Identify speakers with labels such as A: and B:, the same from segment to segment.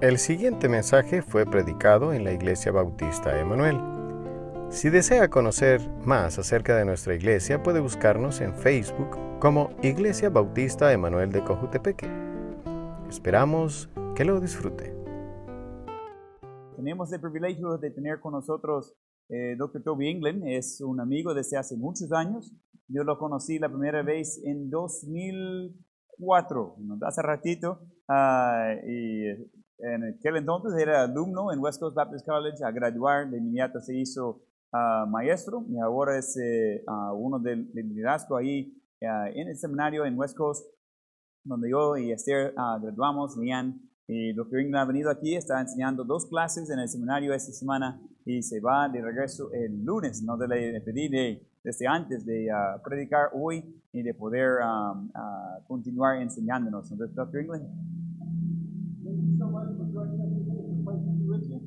A: El siguiente mensaje fue predicado en la Iglesia Bautista Emanuel. Si desea conocer más acerca de nuestra iglesia, puede buscarnos en Facebook como Iglesia Bautista Emanuel de Cojutepeque. Esperamos que lo disfrute.
B: Tenemos el privilegio de tener con nosotros eh, Dr. Toby England, es un amigo desde hace muchos años. Yo lo conocí la primera vez en 2004, ¿no? hace ratito, ah, y en aquel entonces era alumno en West Coast Baptist College, a graduar, de inmediato se hizo ah, maestro y ahora es eh, ah, uno del, del liderazgo ahí ah, en el seminario en West Coast, donde yo y Esther ah, graduamos, Lian y Dr. England ha venido aquí, está enseñando dos clases en el seminario esta semana y se va de regreso el lunes. No le pedí de, desde antes de uh, predicar hoy y de poder um, uh, continuar enseñándonos. Entonces, Dr. England.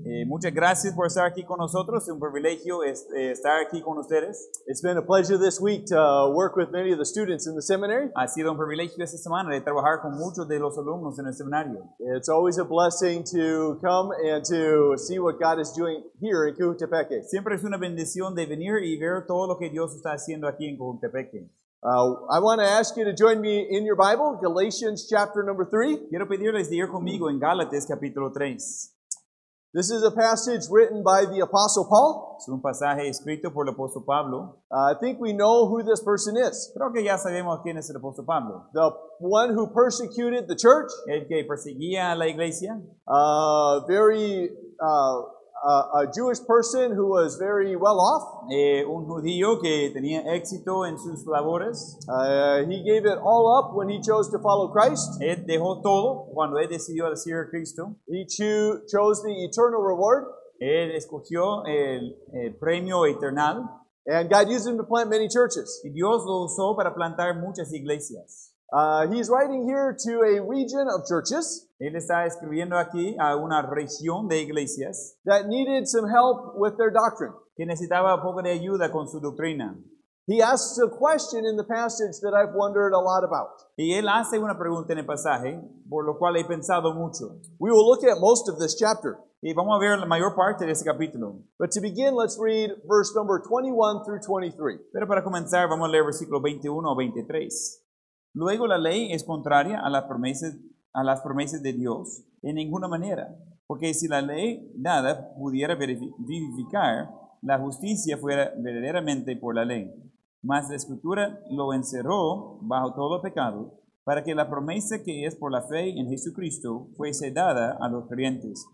B: Eh, muchas gracias por estar aquí con nosotros. Es un privilegio es- eh, estar aquí con ustedes.
C: It's been a pleasure this week to uh, work with many of the students in the seminary.
B: Ha sido un privilegio esta semana de trabajar con muchos de los alumnos en el seminario.
C: It's always a blessing to come and to see what God is doing here in Kuhutepeke.
B: Siempre es una bendición de venir y ver todo lo que Dios está haciendo aquí en Cojutepeque.
C: Uh, I want to ask you to join me in your Bible, Galatians chapter number 3.
B: Quiero pedirles de ir conmigo en Gálatas capítulo 3.
C: This is a passage written by the Apostle Paul.
B: Es un pasaje escrito por el apóstol Pablo.
C: Uh, I think we know who this person is
B: Creo que ya sabemos quién es el apóstol Pablo.
C: the one who persecuted the church,
B: El que perseguía a la iglesia.
C: uh, very uh, uh, a Jewish person who was very well off.
B: eh, un judío que tenía éxito en sus labores.
C: Uh, he gave it all up when he chose to follow Christ.
B: Él dejó todo cuando él decidió decir a Cristo.
C: He cho- chose the eternal reward,
B: Él escogió el, el premio eternal.
C: and God used him to plant many churches.
B: Y Dios lo usó para plantar muchas iglesias.
C: Uh, he's writing here to a region of churches
B: Él está escribiendo aquí a una región de iglesias
C: that needed some help with their doctrine.
B: que necesitaba un poco de ayuda con su doctrina.
C: He asks a question in the passage that I've wondered a lot about.
B: Y él hace una pregunta en el pasaje, por lo cual he pensado mucho.
C: We will look at most of this chapter,
B: Y vamos a ver la mayor parte de este capítulo.
C: but to begin, let's read verse number 21 through 23.
B: Pero para comenzar, vamos a leer versículo 21 o 23. Luego la ley es contraria a las promesas, a las promesas de Dios en ninguna manera, porque si la ley dada pudiera verifi- vivificar, la justicia fuera verdaderamente por la ley. Mas la escritura lo encerró bajo todo pecado, para que la promesa que es por la fe en Jesucristo fuese dada a los creyentes.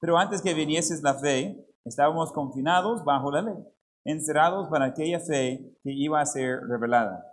B: Pero antes que vinieses la fe, estábamos confinados bajo la ley, encerrados para aquella fe que iba a ser revelada.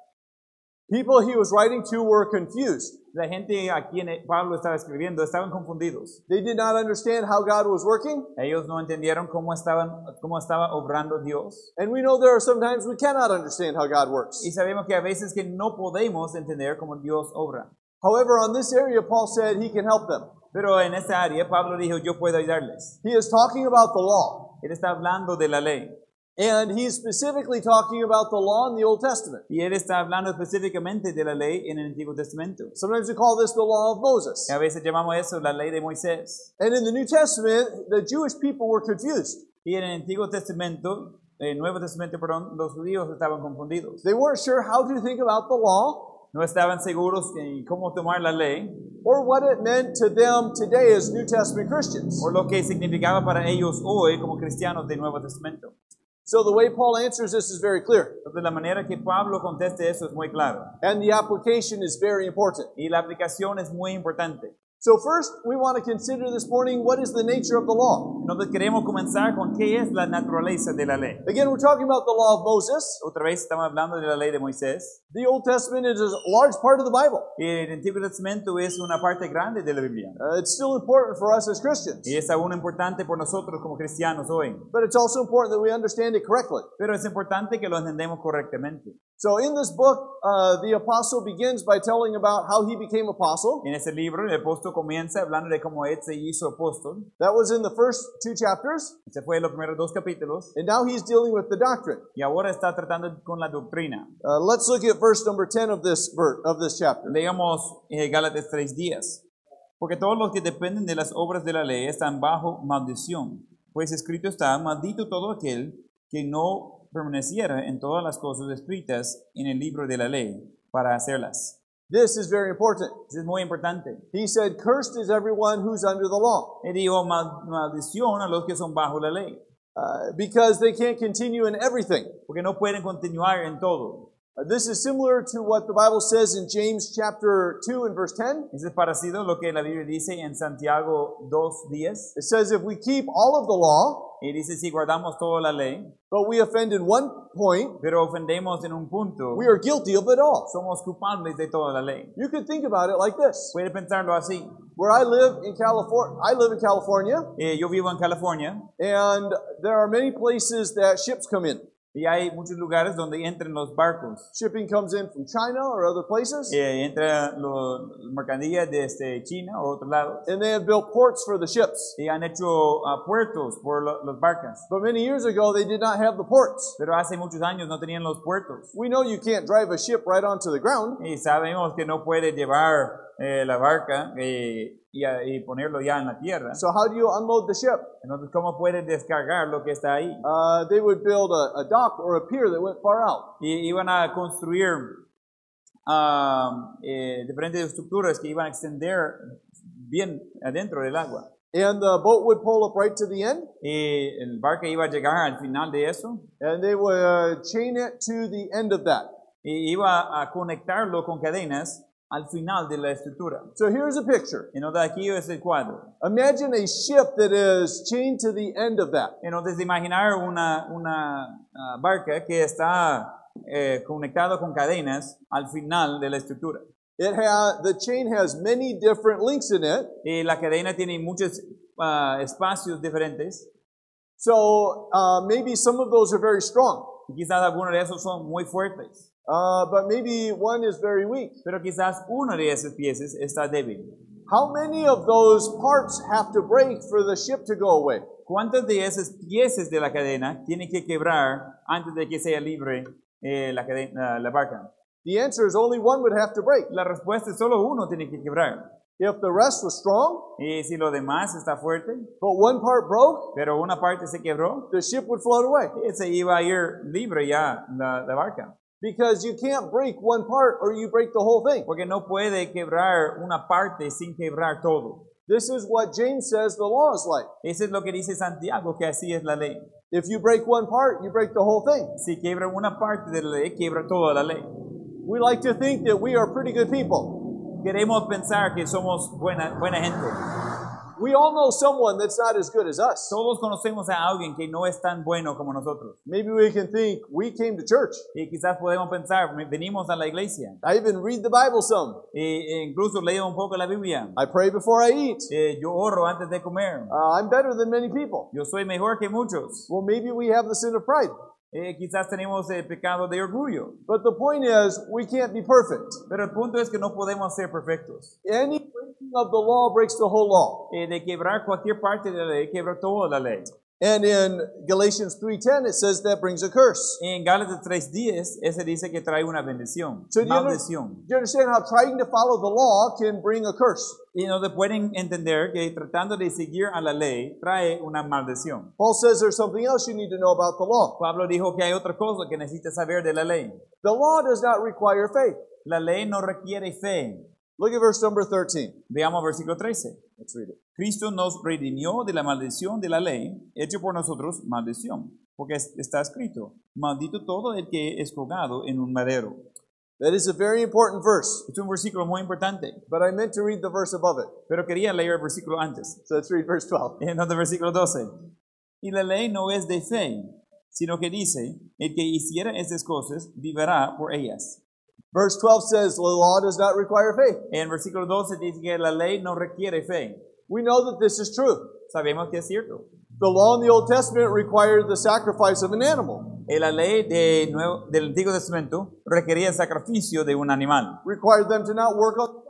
C: People he was writing to were confused.
B: La gente a quien Pablo estaba escribiendo estaban confundidos.
C: They did not understand how God was working,
B: Ellos no entendieron cómo, estaban, cómo estaba obrando Dios.
C: and we know there are some times we cannot understand how God works.
B: Y sabemos que a veces que no podemos entender cómo Dios obra.
C: However, on this area, Paul said he can help them.
B: Pero en esta área Pablo dijo, yo puedo ayudarles.
C: He is talking about the law,
B: Él está hablando de la ley.
C: and he's specifically talking about the law in the Old Testament.
B: Y él está hablando específicamente de la ley en el Antiguo Testamento.
C: Sometimes we call this the law of Moses.
B: Y a veces llamamos eso la ley de Moisés.
C: And in the New Testament, the Jewish people were confused.
B: Y en el Antiguo Testamento, el Nuevo Testamento, perdón, los judíos estaban confundidos.
C: They weren't sure how to think about the law
B: No estaban seguros en cómo tomar la ley
C: or what it meant to them today as New Testament Christians.
B: o lo que significaba para ellos hoy como cristianos del Nuevo Testamento.
C: So the way Paul answers this is very clear,
B: Entonces la manera que Pablo conteste eso es muy clara
C: and the application is very important.
B: y la aplicación es muy importante.
C: So, first, we want to consider this morning what is the nature of the law.
B: Entonces queremos comenzar con qué es la naturaleza de la ley.
C: Again, we're talking about the law of Moses.
B: Otra vez estamos hablando de la ley de Moisés.
C: The Old Testament is a large part of the Bible.
B: Y el Antiguo Testamento es una parte grande de la Biblia.
C: Uh, it's still important for us as Christians,
B: Y es aún importante por nosotros como cristianos hoy.
C: but it's also important that we understand it correctly.
B: Pero es importante que lo entendemos correctamente.
C: So, in this book, uh, the apostle begins by telling about how he became apostle.
B: En este libro, el apóstol comienza hablando de cómo él se hizo apóstol.
C: That was in the first two chapters,
B: Se fue en los primeros dos capítulos.
C: and now he's dealing with the doctrine.
B: Y ahora está tratando con la doctrina.
C: Uh, let's look at verse number ten of this ver- of this chapter.
B: Leamos eh, Gálatas 3 días. Porque todos los que dependen de las obras de la ley están bajo maldición. Pues escrito está, maldito todo aquel que no permaneciera en todas las cosas escritas en el libro de la ley para hacerlas.
C: This is very important.
B: Eso es muy importante.
C: He said, Cursed is everyone who's under the law,
B: Él dijo "Mal- maldición a los que son bajo la ley,
C: uh, because they can't continue in everything.
B: porque no pueden continuar en todo.
C: Uh, this is similar to what the Bible says in James chapter 2 and verse 10.
B: Eso es parecido a lo que la Biblia dice en Santiago 2.10.
C: It says, If we keep all of the law,
B: Y dice, si guardamos toda la ley,
C: but we offend in one point,
B: pero ofendemos en un punto,
C: we are guilty of it all.
B: somos culpables de toda la ley.
C: You could think about it like this.
B: Puede pensarlo así.
C: Where I live in California, I live in California,
B: Eh, yo vivo en California
C: and there are many places that ships come in.
B: y hay muchos lugares donde entran los barcos.
C: Shipping comes in from China or other places,
B: Eh, entra los mercancías desde este, China o otro lado.
C: and they have built ports for the ships.
B: Y han hecho ah, puertos por lo- las barcas.
C: But many years ago, they did not have the ports.
B: Pero hace muchos años no tenían los puertos.
C: We know you can't drive a ship right onto the ground,
B: Y sabemos que no puede llevar eh, la barca eh, y, a- y ponerlo ya en la tierra.
C: so how do you unload the ship?
B: Entonces, ¿cómo puede descargar lo que está ahí?
C: Uh, they would build a, a dock or a pier that went far out.
B: Y iban a construir ah, eh, diferentes estructuras que iban a extender bien adentro del agua.
C: And the boat would pull up right to the end,
B: Y el barco iba a llegar al final de eso
C: and they would uh, chain it to the end of that.
B: y iba a conectarlo con cadenas al final de la estructura.
C: So here's a picture.
B: Entonces aquí es el cuadro.
C: Imagine a ship that is chained to the end of that.
B: Entonces imaginar una, una ah, barca que está eh, conectada con cadenas al final de la estructura.
C: It has the chain has many different links in it.
B: Y la cadena tiene muchos ah, espacios diferentes.
C: So uh, maybe some of those are very strong,
B: Y quizás algunos de esos son muy fuertes,
C: uh, but maybe one is very weak.
B: pero quizás uno de esos piezas está débil.
C: How many of those parts have to break for the ship to go away?
B: ¿Cuántas de esas piezas de la cadena tiene que quebrar antes de que sea libre eh, la, cadena, la barca?
C: The answer is only one would have to break.
B: La respuesta es solo uno tiene que quebrar.
C: If the rest was strong,
B: Y si lo demás está fuerte,
C: but one part broke,
B: pero una parte se quebró,
C: the ship would float away
B: eh, se iba a ir libre ya la, la barca.
C: because you can't break one part or you break the whole thing.
B: Porque no puede quebrar una parte sin quebrar todo.
C: This is what James says the law is like.
B: Eso es lo que dice Santiago, que así es la ley.
C: If you break one part, you break the whole thing.
B: Si quiebra una parte de la ley, quiebra toda la ley.
C: We like to think that we are pretty good people.
B: Queremos pensar que somos buena, buena gente.
C: We all know someone that's not as good as us.
B: Todos conocemos a alguien que no es tan bueno como nosotros.
C: Maybe we can think we came to church.
B: Y quizás podemos pensar, "Me- venimos a la iglesia.
C: I even read the Bible some.
B: E- e incluso leo un poco la Biblia.
C: I pray before I eat.
B: Eh, yo oro antes de comer.
C: Uh, I'm better than many people.
B: Yo soy mejor que muchos.
C: Well, maybe we have the sin of pride.
B: Eh, quizás tenemos el pecado de orgullo.
C: But the point is, we can't be perfect.
B: Pero el punto es que no podemos ser perfectos.
C: Any breaking of the law breaks the whole law.
B: Eh, de quebrar cualquier parte de la ley, quebra toda la ley.
C: And in Galatians 3:10 it says that brings a curse.
B: En Gálatas 3.10, ese dice que trae una bendición,
C: So do you, under-
B: maldición.
C: do you understand how trying to follow the law can bring a curse?
B: Y no se pueden entender que tratando de seguir a la ley trae una maldición.
C: Paul says there's something else you need to know about the law.
B: Pablo dijo que hay otra cosa que necesitas saber de la ley.
C: The law does not require faith.
B: La ley no requiere fe.
C: Look at verse number 13.
B: Veamos versículo 13.
C: Let's read it.
B: Cristo nos redimió de la maldición de la ley, hecho por nosotros maldición, porque es- está escrito, maldito todo el que es colgado en un madero.
C: That is a very important verse,
B: Es un versículo muy importante,
C: but I meant to read the verse above it.
B: pero quería leer el versículo antes.
C: So let's read verse 12.
B: Entonces, versículo 12. Y la ley no es de fe, sino que dice, el que hiciera estas cosas vivirá por ellas.
C: Verse 12 says the law does not require faith.
B: En versículo 12 dice que la ley no requiere fe.
C: We know that this is true.
B: Sabemos que es cierto.
C: The law in the Old Testament required the sacrifice of an animal,
B: Eh, La ley de nuevo- del Antiguo Testamento requería el sacrificio de un animal.
C: required them to not work on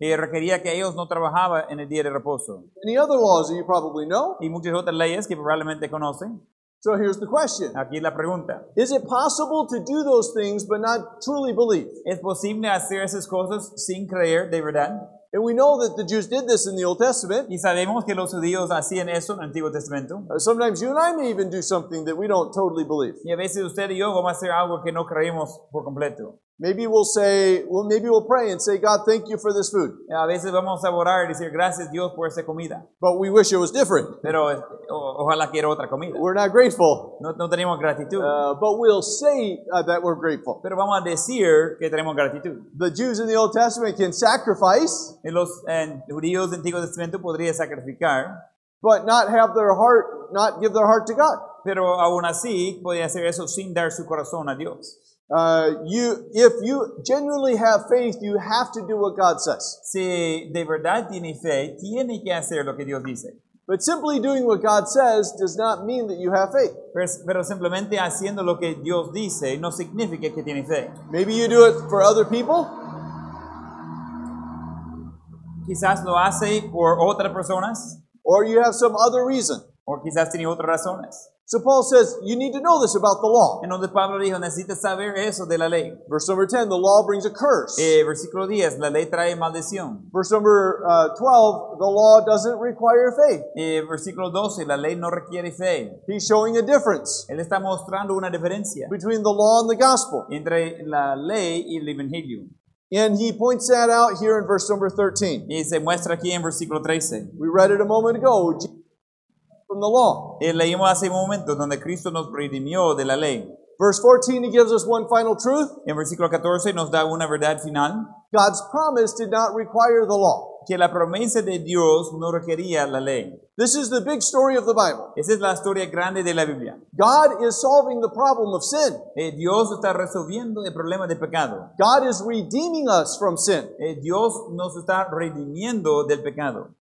B: Eh, requería que ellos no trabajaban en el día de reposo.
C: any other laws that you probably know.
B: Y muchas otras leyes que probablemente conocen.
C: So here's the question
B: Aquí es la pregunta.
C: Is it possible to do those things but not truly believe?
B: ¿Es posible hacer esas cosas sin creer de verdad?
C: And we know that the Jews did this in the Old Testament.
B: Y sabemos que los judíos hacían eso en el Antiguo Testamento.
C: Uh, Sometimes you and I may even do something that we don't totally believe.
B: Y a veces usted y yo vamos a hacer algo que no creemos por completo.
C: Maybe we'll say, well, maybe we'll pray and say, God, thank you for this food.
B: A veces vamos a orar y decir gracias Dios por esta comida.
C: But we wish it was different.
B: Pero eh, o- ojalá quiera otra comida.
C: We're not grateful.
B: No, no tenemos gratitud.
C: Uh, but we'll say uh, that we're grateful.
B: Pero vamos a decir que tenemos gratitud.
C: The Jews in the Old Testament can sacrifice,
B: Y Los eh, judíos del Antiguo Testamento podrían sacrificar,
C: but not have their heart, not give their heart to God.
B: pero aún así podían hacer eso sin dar su corazón a Dios.
C: Uh, you, if you genuinely have faith, you have to do what God says.
B: Si de verdad tiene fe, tiene que hacer lo que Dios dice.
C: But simply doing what God says does not mean that you have faith.
B: Pero, pero simplemente haciendo lo que Dios dice no significa que tiene fe.
C: Maybe you do it for other people.
B: Quizás lo hace por otras personas
C: or you have some other reason.
B: o quizás tiene otras razones.
C: So Paul says, you need to know this about the law.
B: Entonces Pablo dijo, necesitas saber eso de la ley.
C: Verse number 10, the law brings a curse.
B: Eh, versículo 10, la ley trae maldición.
C: Verse number uh, 12, the law doesn't require faith.
B: Eh, versículo 12, la ley no requiere fe.
C: He's showing a difference
B: Él está mostrando una diferencia
C: between the law and the gospel.
B: entre la ley y el evangelio.
C: And he points that out here in verse number 13.
B: Y se muestra aquí en versículo 13.
C: We read it a moment ago Jesus from the law.
B: Eh, leímos hace un momento donde Cristo nos redimió de la ley.
C: Verse 14, he gives us one final truth.
B: En versículo 14 nos da una verdad final,
C: God's promise did not require the law.
B: que la promesa de Dios no requería la ley.
C: This is the big story of the Bible.
B: Esa es la historia grande de la Biblia.
C: God is solving the problem of sin.
B: Eh, Dios está resolviendo el problema de pecado.
C: God is redeeming us from sin.
B: Eh, Dios nos está redimiendo del pecado.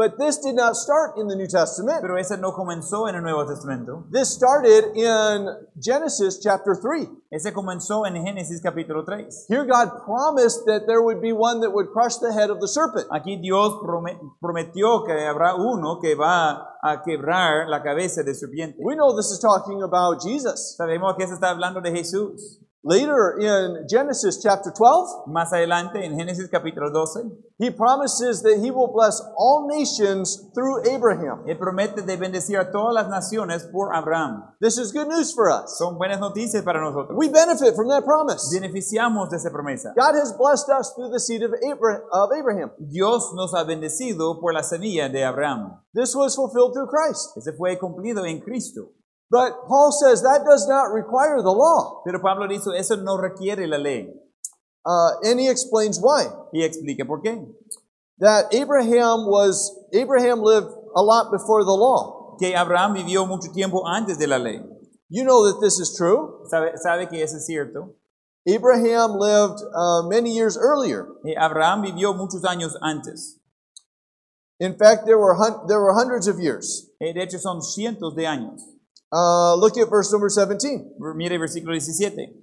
C: But this did not start in the New Testament.
B: Pero eso no comenzó en el Nuevo Testamento.
C: This started in Genesis chapter 3.
B: Ese comenzó en Génesis capítulo 3.
C: Here, God promised that there would be one that would crush the head of the serpent.
B: Aquí Dios prome- prometió que habrá uno que va a quebrar la cabeza del serpiente.
C: We know this is talking about Jesus.
B: Sabemos que se está hablando de Jesús.
C: Later in Genesis chapter 12,
B: Más adelante, en Génesis capítulo 12,
C: he promises that he will bless all nations through Abraham.
B: Él promete de bendecir a todas las naciones por Abraham.
C: This is good news for us.
B: Son buenas noticias para nosotros.
C: We benefit from that promise.
B: Beneficiamos de esa promesa.
C: God has blessed us through the seed of Abra- of Abraham.
B: Dios nos ha bendecido por la semilla de Abraham.
C: This was fulfilled through Christ.
B: Ese fue cumplido en Cristo.
C: But Paul says that does not require the law,
B: Pero Pablo dice, eso no requiere la ley.
C: uh, and he explains why.
B: Y explica por qué.
C: That Abraham was Abraham lived a lot before the law.
B: Que Abraham vivió mucho tiempo antes de la ley.
C: You know that this is true.
B: Sabe, sabe que eso es cierto.
C: Abraham lived uh, many years earlier.
B: Eh, Abraham vivió muchos años antes.
C: In fact, there were hun- there were hundreds of years.
B: Eh, de hecho, son cientos de años.
C: Uh, look at verse number seventeen.
B: Mire el versículo 17.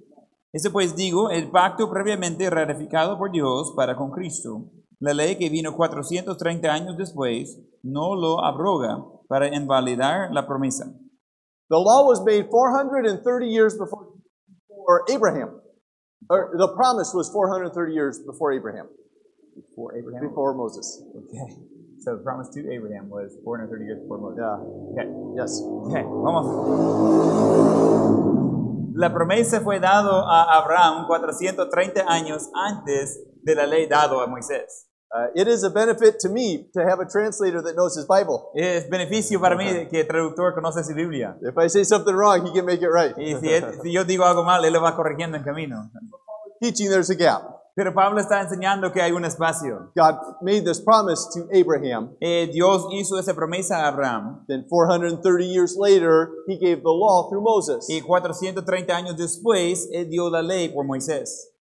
B: Eso pues digo, el pacto previamente ratificado por Dios para con Cristo, la ley que vino 430 años después, no lo abroga para invalidar la promesa.
C: The law was made four hundred and thirty years before, before Abraham, or the promise was four hundred thirty years before Abraham,
B: Before Abraham.
C: before Moses.
B: Okay. So the promise to Abraham was 430 years before Moses.
C: Yeah.
B: Okay.
C: Yes.
B: Okay, vamos. La promesa fue dado a Abraham 430 años antes de la ley dado a Moisés.
C: Uh, it is a benefit to me to have a translator that knows his Bible.
B: Es beneficio para mí de que el traductor conoce su Biblia.
C: If I say something wrong, he can make it right.
B: Y si, él- si yo digo algo mal, él lo va corrigiendo en camino.
C: Teaching, there's a gap.
B: Pero Pablo está enseñando que hay un espacio.
C: God made this promise to Abraham.
B: Eh, Dios hizo esa promesa a Abraham
C: Then 430 years later, he gave the law through Moses.
B: y 430 años después él dio la ley por Moisés.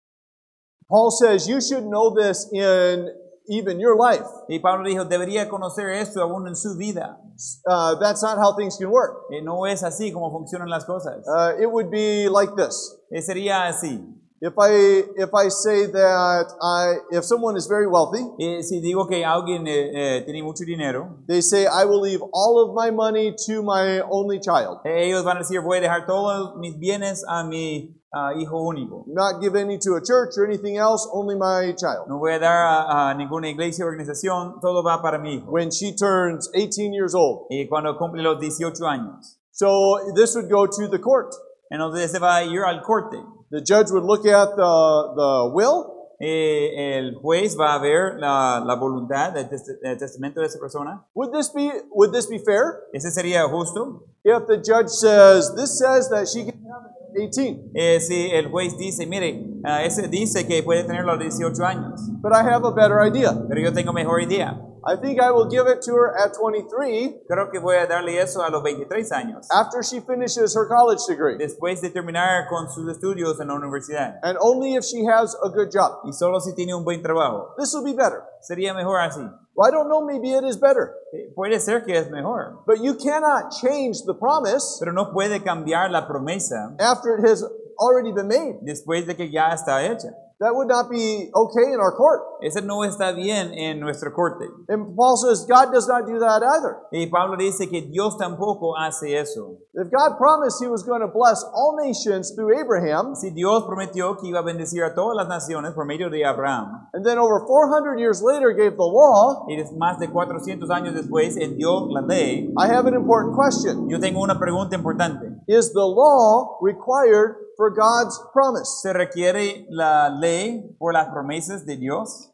C: Paul says you should know this in even your life.
B: Y Pablo dijo, debería conocer esto aún en su vida.
C: Uh, that's not how things can work.
B: Eh, no es así como funcionan las cosas.
C: Uh, it would be like this
B: Eh, sería así.
C: If I if I say that I if someone is very wealthy,
B: Eh, si digo que alguien eh, eh, tiene mucho dinero,
C: they say I will leave all of my money to my only child,
B: eh, ellos van a decir, voy a dejar todos mis bienes a mi ah, hijo único.
C: not give any to a church or anything else, only my child.
B: No voy a dar a, a ninguna iglesia o organización, todo va para mi hijo.
C: When she turns 18 years old,
B: Y cuando cumple los 18 años.
C: so this would go to the court.
B: Entonces se va a ir al corte.
C: The judge would look at the the will,
B: Eh, el juez va a ver la, la voluntad del test- del testamento de esa persona.
C: Would this be would this be fair?
B: ¿Ese sería justo?
C: If the judge says this says that she can have it at 18,
B: Eh, si el juez dice, mire, ah, ese dice que puede tenerlo a los 18 años,
C: but I have a better idea.
B: pero yo tengo mejor idea.
C: I think I will give it to her at 23
B: Creo que voy a darle eso a los 23 años,
C: after she finishes her college degree,
B: después de terminar con sus estudios en la universidad.
C: and only if she has a good job.
B: Y solo si tiene un buen trabajo.
C: This will be better.
B: Sería mejor así.
C: Well, I don't know. Maybe it is better,
B: Eh, Puede ser que es mejor,
C: but you cannot change the promise
B: pero no puede cambiar la promesa
C: after it has already been made.
B: después de que ya está hecha.
C: That would not be okay in our court.
B: Eso no está bien en nuestro corte.
C: And Paul says God does not do that either.
B: Y Pablo dice que Dios tampoco hace eso.
C: If God promised He was going to bless all nations through Abraham,
B: Si Dios prometió que iba a bendecir a todas las naciones por medio de Abraham,
C: And then over 400 years later gave the law.
B: y des- más de 400 años después él dio la ley,
C: I have an important question.
B: yo tengo una pregunta importante.
C: Is the law required for God's promise?
B: ¿Se requiere la ley por las promesas de Dios?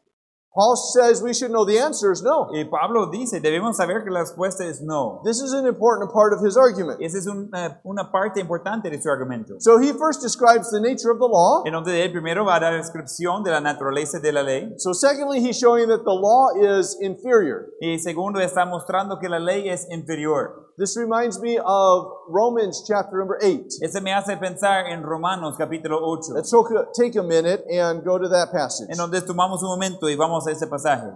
C: Paul says we should know the answer is no.
B: Y Pablo dice, debemos saber que la respuesta es no.
C: This is an important part of his argument.
B: Esa es una, una parte importante de su argumento.
C: So he first describes the nature of the law.
B: Entonces, él primero va a dar descripción de la naturaleza de la ley.
C: So secondly, he's showing that the law is inferior.
B: Y segundo, está mostrando que la ley es inferior.
C: This reminds me of Romans chapter number 8.
B: Eso me hace pensar en Romanos capítulo 8.
C: Let's so- take a minute and go to that passage.
B: Entonces, tomamos un momento y vamos a ese pasaje.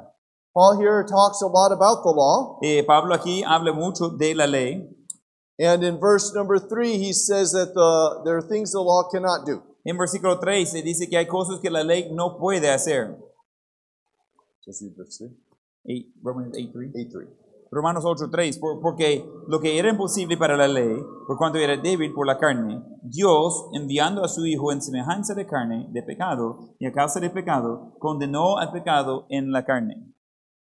C: Paul here talks a lot about the law.
B: Eh, Pablo aquí habla mucho de la ley.
C: And in verse number 3, he says that the, there are things the law cannot do.
B: En versículo 3 se dice que hay cosas que la ley no puede hacer.
C: Just read verse 3.
B: Eight- Romanos 8:3.
C: 8:3.
B: Romanos 8:3, por- porque lo que era imposible para la ley, por cuanto era débil por la carne, Dios, enviando a su Hijo en semejanza de carne, de pecado, y a causa de pecado, condenó al pecado en la carne.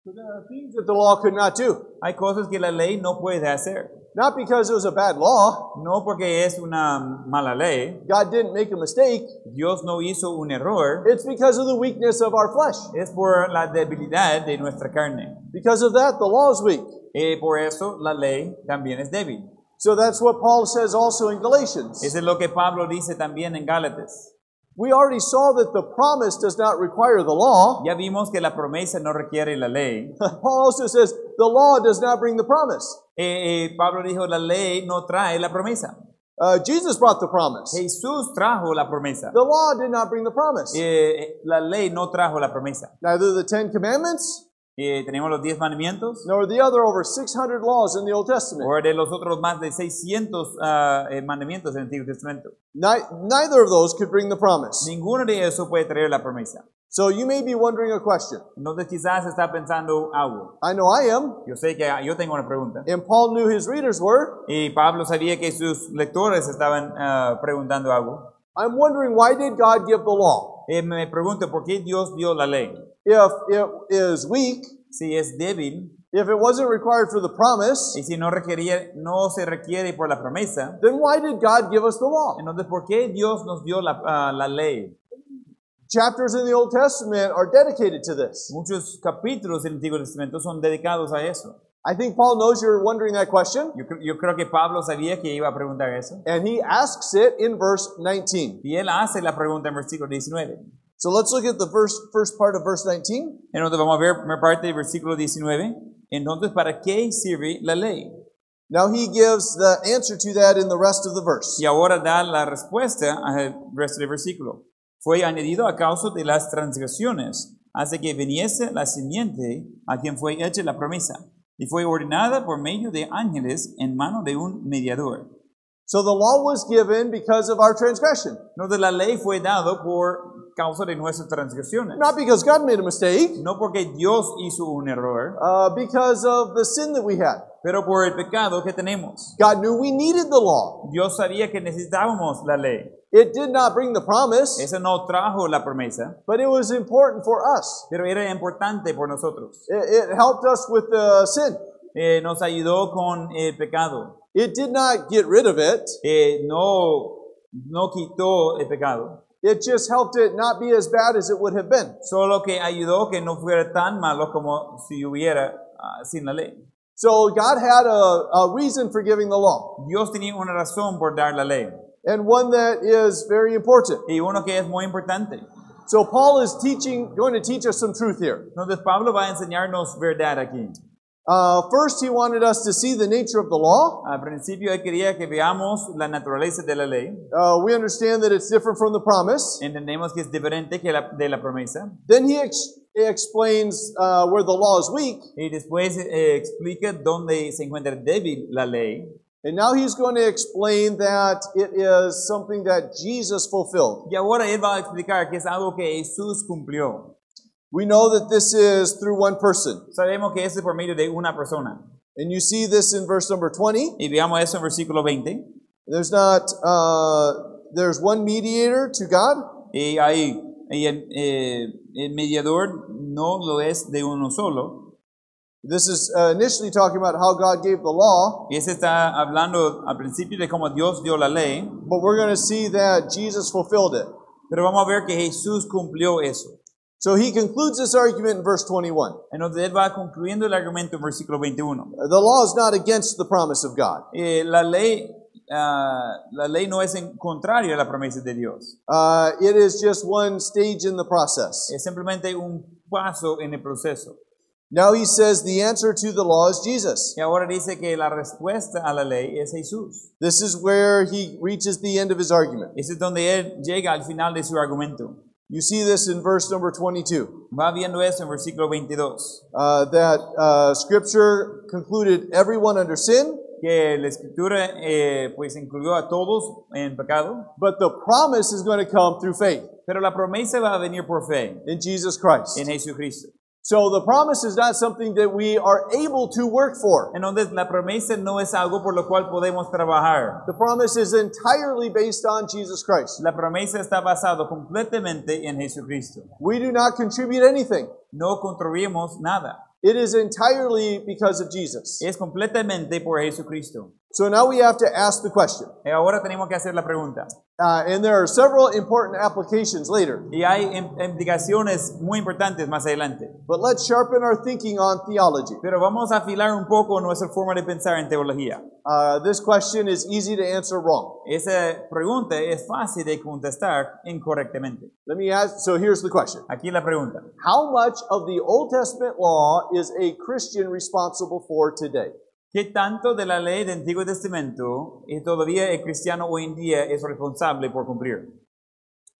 C: So there are things that the law could not do.
B: Hay cosas que la ley no puede hacer,
C: Not because it was a bad law.
B: no porque es una mala ley,
C: God didn't make a mistake.
B: Dios no hizo un error,
C: It's because of the weakness of our flesh.
B: es por la debilidad de nuestra carne.
C: Because of that, the law is weak.
B: Eh, por eso la ley también es débil.
C: So that's what Paul says also in Galatians.
B: Eso es lo que Pablo dice también en Gálatas.
C: We already saw that the promise does not require the law.
B: Ya vimos que la promesa no requiere la ley.
C: Paul also says the law does not bring the promise.
B: Eh, eh, Pablo dijo, la ley no trae la promesa.
C: Uh, Jesus brought the promise.
B: Jesús trajo la promesa.
C: The law did not bring the promise.
B: Eh, eh, la ley no trajo la promesa.
C: Neither the Ten Commandments
B: Eh, tenemos los 10 mandamientos.
C: nor the other over 600 laws in the Old Testament.
B: O de los otros más de 600 ah, eh, mandamientos del Antiguo Testamento.
C: Ni- neither of those could bring the promise.
B: Ninguno de esos puede traer la promesa.
C: So you may be wondering a question.
B: Entonces quizás está pensando algo.
C: I know I am,
B: Yo sé que ah, yo tengo una pregunta.
C: and Paul knew his readers were.
B: Y Pablo sabía que sus lectores estaban ah, preguntando algo.
C: I'm wondering why did God give the law?
B: Eh, me pregunto, ¿por qué Dios dio la ley?
C: If it is weak,
B: Si es débil
C: if it wasn't required for the promise,
B: y si no, requería, no se requiere por la promesa,
C: then why did God give us the law?
B: Entonces, ¿por qué Dios nos dio la, ah, la ley?
C: Chapters in the Old Testament are dedicated to this.
B: Muchos capítulos del Antiguo Testamento son dedicados a eso.
C: I think Paul knows you're wondering that question,
B: Yo, cre- yo creo que Pablo sabía que iba a preguntar eso.
C: and he asks it in verse 19.
B: Y él hace la pregunta en versículo 19.
C: So let's look at the verse, first part of verse 19.
B: Entonces, vamos a ver primera parte del versículo 19. Entonces, ¿para qué sirve la ley?
C: Now he gives the answer to that in the rest of the verse.
B: Y ahora da la respuesta al resto del versículo. Fue añadido a causa de las transgresiones, hasta que viniese la simiente a quien fue hecha la promesa, y fue ordenada por medio de ángeles en mano de un mediador.
C: So the law was given because of our transgression,
B: Entonces la ley fue dado por causa de nuestras transgresiones.
C: not because God made a mistake,
B: No porque Dios hizo un error,
C: uh, because of the sin that we had.
B: pero por el pecado que tenemos.
C: God knew we needed the law.
B: Dios sabía que necesitábamos la ley.
C: It did not bring the promise,
B: Eso no trajo la promesa,
C: but it was important for us.
B: pero era importante por nosotros.
C: It, it helped us with the sin.
B: Eh, nos ayudó con el pecado.
C: It did not get rid of it.
B: Eh, no, no quitó el pecado,
C: It just helped it not be as bad as it would have been.
B: solo que ayudó que no fuera tan malo como si hubiera ah, sin la ley.
C: So God had a, a reason for giving the law,
B: Dios tenía una razón por dar la ley
C: and one that is very important.
B: y uno que es muy importante.
C: So Paul is teaching, going to teach us some truth here.
B: Entonces Pablo va a enseñarnos verdad aquí.
C: Uh, first, he wanted us to see the nature of the law.
B: Al principio él quería que veamos la naturaleza de la ley.
C: Uh, we understand that it's different from the promise.
B: Entendemos que es diferente que la, de la promesa.
C: Then he ex- explains uh, where the law is weak,
B: Y después eh, explica dónde se encuentra débil la ley.
C: and now he's going to explain that it is something that Jesus fulfilled.
B: Y ahora él va a explicar que es algo que Jesús cumplió.
C: We know that this is through one person,
B: Sabemos que eso es por medio de una persona.
C: and you see this in verse number twenty.
B: Y veamos eso en versículo 20.
C: There's not. Uh, there's one mediator to God,
B: Y ahí, y el, eh, el mediador no lo es de uno solo.
C: This is uh, initially talking about how God gave the law,
B: Y ese está hablando al principio de cómo Dios dio la ley.
C: but we're going to see that Jesus fulfilled it.
B: Pero vamos a ver que Jesús cumplió eso.
C: So he concludes this argument in verse 21.
B: Entonces él va concluyendo el argumento en versículo 21.
C: The law is not against the promise of God.
B: Eh, la, ley, ah, la ley no es en contrario a la promesa de Dios.
C: Uh, it is just one stage in the process.
B: Es simplemente un paso en el proceso.
C: Now he says the answer to the law is Jesus.
B: Y ahora dice que la respuesta a la ley es Jesús.
C: This is where he reaches the end of his argument.
B: Ese es donde él llega al final de su argumento.
C: You see this in verse number 22,
B: Va viendo eso en versículo 22.
C: uh, that uh, scripture concluded everyone under sin,
B: Que la escritura eh, pues incluyó a todos en pecado.
C: but the promise is going to come through faith
B: Pero la promesa va a venir por fe
C: in Jesus Christ.
B: en Jesucristo.
C: So the promise is not something that we are able to work for.
B: Entonces la promesa no es algo por lo cual podemos trabajar.
C: The promise is entirely based on Jesus Christ.
B: La promesa está basada completamente en Jesucristo.
C: We do not contribute anything.
B: No construimos nada.
C: It is entirely because of Jesus.
B: Es completamente por Jesucristo.
C: So now we have to ask the question.
B: Y ahora tenemos que hacer la pregunta.
C: Uh, and there are several important applications later,
B: Y hay im- implicaciones muy importantes más adelante.
C: but let's sharpen our thinking on theology.
B: Pero vamos a afilar un poco nuestra forma de pensar en teología.
C: Uh, this question is easy to answer wrong.
B: Esa pregunta es fácil de contestar incorrectamente.
C: Let me ask so here's the question
B: Aquí la pregunta.
C: How much of the Old Testament law is a Christian responsible for today?
B: ¿Qué tanto de la ley del Antiguo Testamento y todavía el cristiano hoy en día es responsable por cumplir?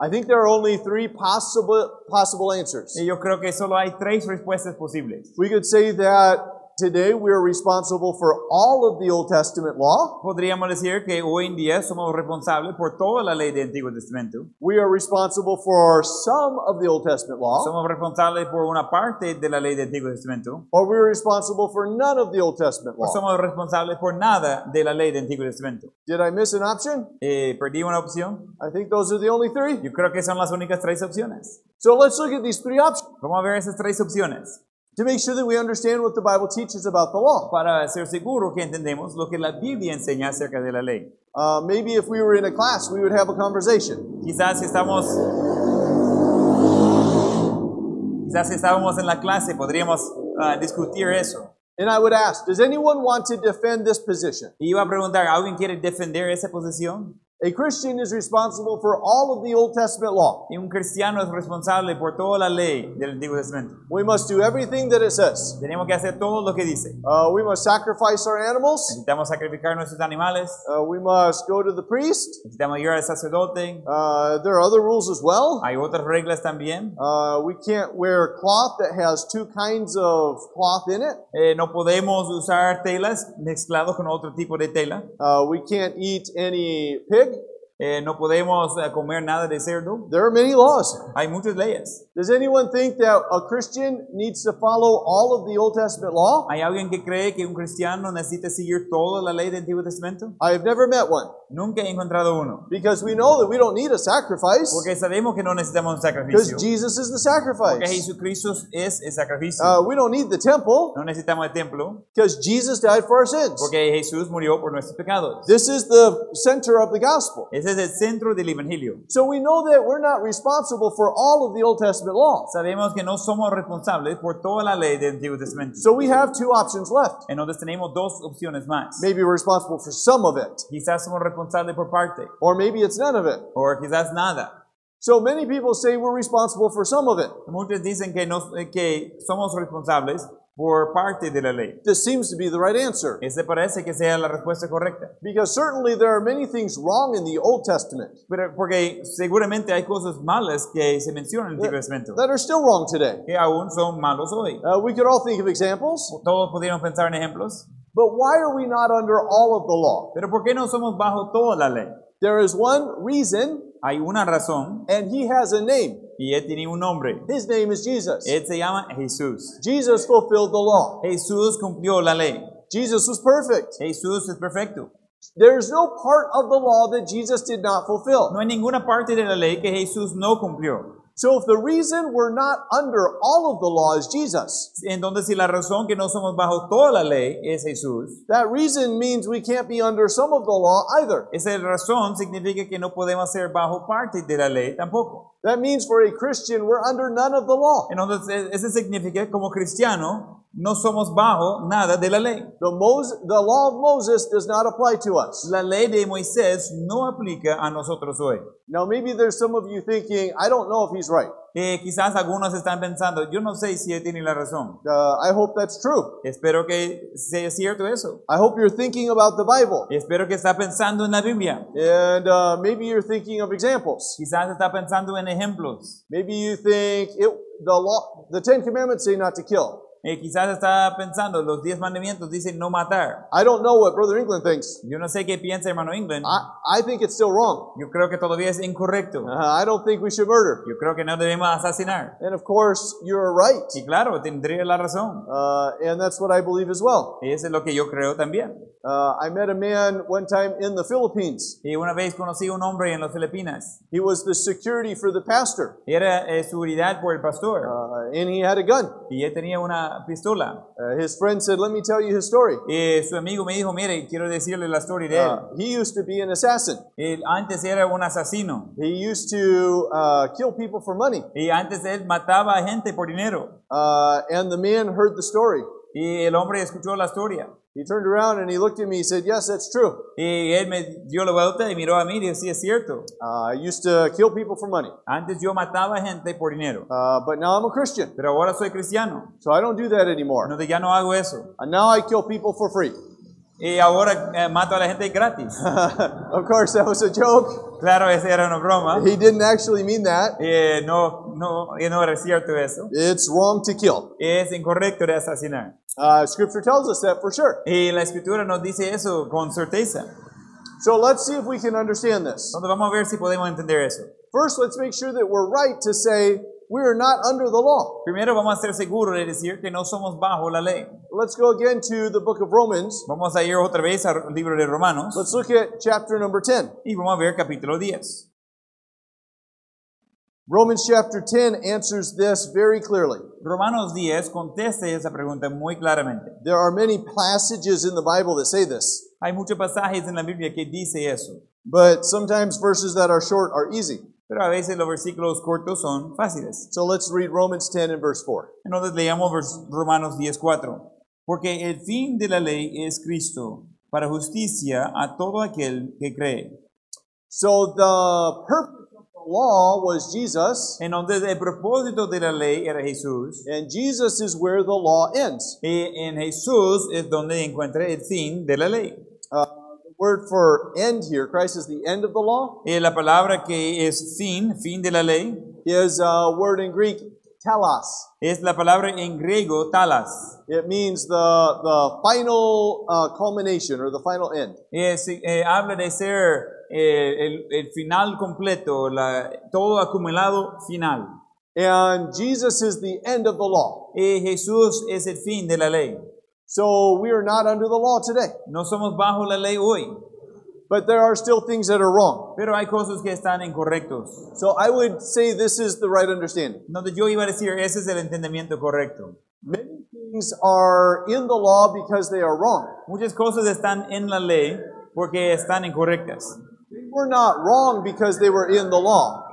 C: I think there are only three possible possible answers.
B: Y yo creo que solo hay tres respuestas posibles.
C: We could say that today we are responsible for all of the Old Testament law.
B: Podríamos decir que hoy en día somos responsables por toda la ley del Antiguo Testamento.
C: We are responsible for some of the Old Testament law,
B: Somos responsables por una parte de la ley del Antiguo Testamento.
C: or we are responsible for none of the Old Testament
B: No
C: law.
B: somos responsables por nada de la ley del Antiguo Testamento.
C: Did I miss an option?
B: Eh, ¿Perdí una opción?
C: I think those are the only three.
B: Yo creo que son las únicas tres opciones.
C: So let's look at these three options
B: Vamos a ver esas tres opciones
C: to make sure that we understand what the Bible teaches about the law.
B: para ser seguro que entendemos lo que la Biblia enseña acerca de la ley.
C: Uh, maybe if we were in a class, we would have a conversation.
B: Quizás si estamos... Quizás si estábamos en la clase podríamos ah, discutir eso.
C: And I would ask, does anyone want to defend this position?
B: Y iba a preguntar, ¿alguien quiere defender esa posición?
C: A Christian is responsible for all of the Old Testament law.
B: Y un cristiano es responsable por toda la ley del Antiguo Testamento.
C: We must do everything that it says.
B: Tenemos que hacer todo lo que dice.
C: Uh, we must sacrifice our animals.
B: Necesitamos sacrificar nuestros animales,
C: Uh, we must go to the priest.
B: necesitamos ir al sacerdote.
C: Uh, there are other rules as well.
B: Hay otras reglas también.
C: Uh, we can't wear cloth that has two kinds of cloth in it.
B: Eh, no podemos usar telas mezclados con otro tipo de tela.
C: Uh, we can't eat any pig.
B: Eh, no podemos eh, comer nada de cerdo.
C: There are many laws.
B: Hay muchas leyes.
C: Does anyone think that a Christian needs to follow all of the Old Testament law?
B: ¿Hay alguien que cree que un cristiano necesita seguir toda la ley del Antiguo Testamento?
C: I have never met one
B: Nunca he encontrado uno.
C: because we know that we don't need a sacrifice
B: Porque sabemos que no necesitamos un
C: because
B: sacrificio.
C: Jesus is the
B: Porque
C: sacrifice.
B: Jesucristo es el sacrificio.
C: Uh, we don't need the temple
B: No necesitamos el templo
C: because Jesus died for our sins.
B: porque Jesús murió por nuestros pecados.
C: This is the center of the gospel.
B: Ese es el centro del Evangelio.
C: So we know that we're not responsible for all of the Old Testament law.
B: Sabemos que no somos responsables por toda la ley del Antiguo Testamento.
C: So we have two options left.
B: Entonces tenemos dos opciones más.
C: Maybe we're responsible for some of it,
B: Quizás somos responsables por parte
C: or maybe it's none of it.
B: o quizás nada.
C: So many people say we're responsible for some of it.
B: Muchos dicen que, nos- eh, que somos responsables por parte de la ley.
C: This seems to be the right answer
B: Ese parece que sea la respuesta correcta.
C: because certainly there are many things wrong in the Old Testament
B: Pero porque seguramente hay cosas malas que se mencionan en el Antiguo Testamento
C: that are still wrong today.
B: que aún son malos hoy.
C: Uh, we could all think of examples,
B: Todos podríamos pensar en ejemplos.
C: but why are we not under all of the law?
B: Pero ¿por qué no somos bajo toda la ley?
C: There is one reason,
B: Hay una razón
C: and he has a name.
B: y él tiene un nombre.
C: His name is Jesus.
B: Él se llama Jesús.
C: Jesus fulfilled the law.
B: Jesús cumplió la ley.
C: Jesus was perfect.
B: Jesús es perfecto.
C: There is no part of the law that Jesus did not fulfill.
B: No hay ninguna parte de la ley que Jesús no cumplió.
C: So if the reason we're not under all of the law is Jesus,
B: Entonces, si la razón que no somos bajo toda la ley es Jesús,
C: that reason means we can't be under some of the law either.
B: esa razón significa que no podemos ser bajo parte de la ley tampoco.
C: That means for a Christian, we're under none of the law.
B: Entonces, e- eso significa que como cristiano no somos bajo nada de la ley.
C: The, Mos- the law of Moses does not apply to us.
B: La ley de Moisés no aplica a nosotros hoy.
C: Now, maybe there's some of you thinking, I don't know if he's right.
B: Eh, quizás algunos están pensando, yo no sé si él tiene la razón.
C: Uh, I hope that's true.
B: Espero que sea cierto eso.
C: I hope you're thinking about the Bible.
B: Espero que está pensando en la Biblia.
C: And uh, maybe you're thinking of examples.
B: Quizás está pensando en ejemplos.
C: Maybe you think it, the law, the Ten Commandments say not to kill.
B: Eh, quizás está pensando, los diez mandamientos dicen no matar.
C: I don't know what Brother England thinks.
B: Yo no sé qué piensa hermano England.
C: I, I think it's still wrong.
B: Yo creo que todavía es incorrecto.
C: Uh, I don't think we should murder.
B: Yo creo que no debemos asesinar.
C: And of course, you're right.
B: Y claro, tendría la razón.
C: Uh, and that's what I believe as well.
B: Y eso es lo que yo creo también.
C: Uh, I met a man one time in the Philippines.
B: Y una vez conocí a un hombre en las Filipinas.
C: He was the security for the pastor,
B: Era eh, seguridad por el pastor.
C: uh, and he had a gun.
B: Y él tenía una pistola.
C: Uh, his friend said, Let me tell you his story.
B: Eh, su amigo me dijo, mire, quiero decirle la historia de él.
C: Uh, he used to be an assassin,
B: Él antes era un asesino
C: he used to uh, kill people for money.
B: y antes él mataba a gente por dinero.
C: Uh, and the man heard the story.
B: Y el hombre escuchó la historia.
C: He turned around and he looked at me. He said, Yes, that's true.
B: Y él me dio la vuelta y miró a mí y dijo, sí, es cierto.
C: Uh, I used to kill people for money,
B: Antes yo mataba gente por dinero,
C: uh, but now I'm a Christian,
B: pero ahora soy cristiano.
C: so I don't do that anymore.
B: Entonces ya no hago eso.
C: And now I kill people for free.
B: Y ahora eh, mato a la gente gratis.
C: of course, that was a joke.
B: Claro, esa era una broma.
C: He didn't actually mean that.
B: Eh, no, no, eh, no era cierto eso.
C: It's wrong to kill.
B: Es incorrecto de asesinar.
C: Uh, scripture tells us that for sure.
B: Y la escritura nos dice eso con certeza.
C: So let's see if we can understand this.
B: Entonces vamos a ver si podemos entender eso.
C: First, let's make sure that we're right to say we are not under the law.
B: Primero vamos a ser seguros de decir que no somos bajo la ley.
C: Let's go again to the book of Romans.
B: Vamos a ir otra vez al libro de Romanos
C: Let's look at chapter number 10.
B: y vamos a ver capítulo 10.
C: Romans chapter 10 answers this very clearly.
B: Romanos 10 contesta esa pregunta muy claramente.
C: There are many passages in the Bible that say this,
B: Hay muchos pasajes en la Biblia que dice eso,
C: but sometimes verses that are short are easy.
B: pero a veces los versículos cortos son fáciles.
C: So let's read Romans 10 and verse 4.
B: Entonces leamos vers- Romanos 10:4. Porque el fin de la ley es Cristo, para justicia a todo aquel que cree.
C: So the purpose of the law was Jesus,
B: Entonces, el propósito de la ley era Jesús.
C: and Jesus is where the law ends.
B: Y en Jesús es donde encuentra el fin de la ley.
C: Uh, the word for end here, Christ is the end of the law,
B: Y Eh, la palabra que es fin, fin de la ley,
C: is a uh, word in Greek, telos.
B: es la palabra en griego talas.
C: It means the, the final uh, culmination or the final end.
B: Es, eh, habla de ser eh, el, el final completo, la- todo acumulado final.
C: And Jesus is the end of the law.
B: Y Eh, Jesús es el fin de la ley.
C: So we are not under the law today.
B: No somos bajo la ley hoy,
C: But there are still things that are wrong.
B: pero hay cosas que están incorrectos.
C: So I would say this is the right understanding.
B: Entonces yo iba a decir, ese es el entendimiento correcto.
C: Many things are in the law because they are wrong.
B: Muchas cosas están en la ley porque están incorrectas.
C: They were not wrong because they were in the law.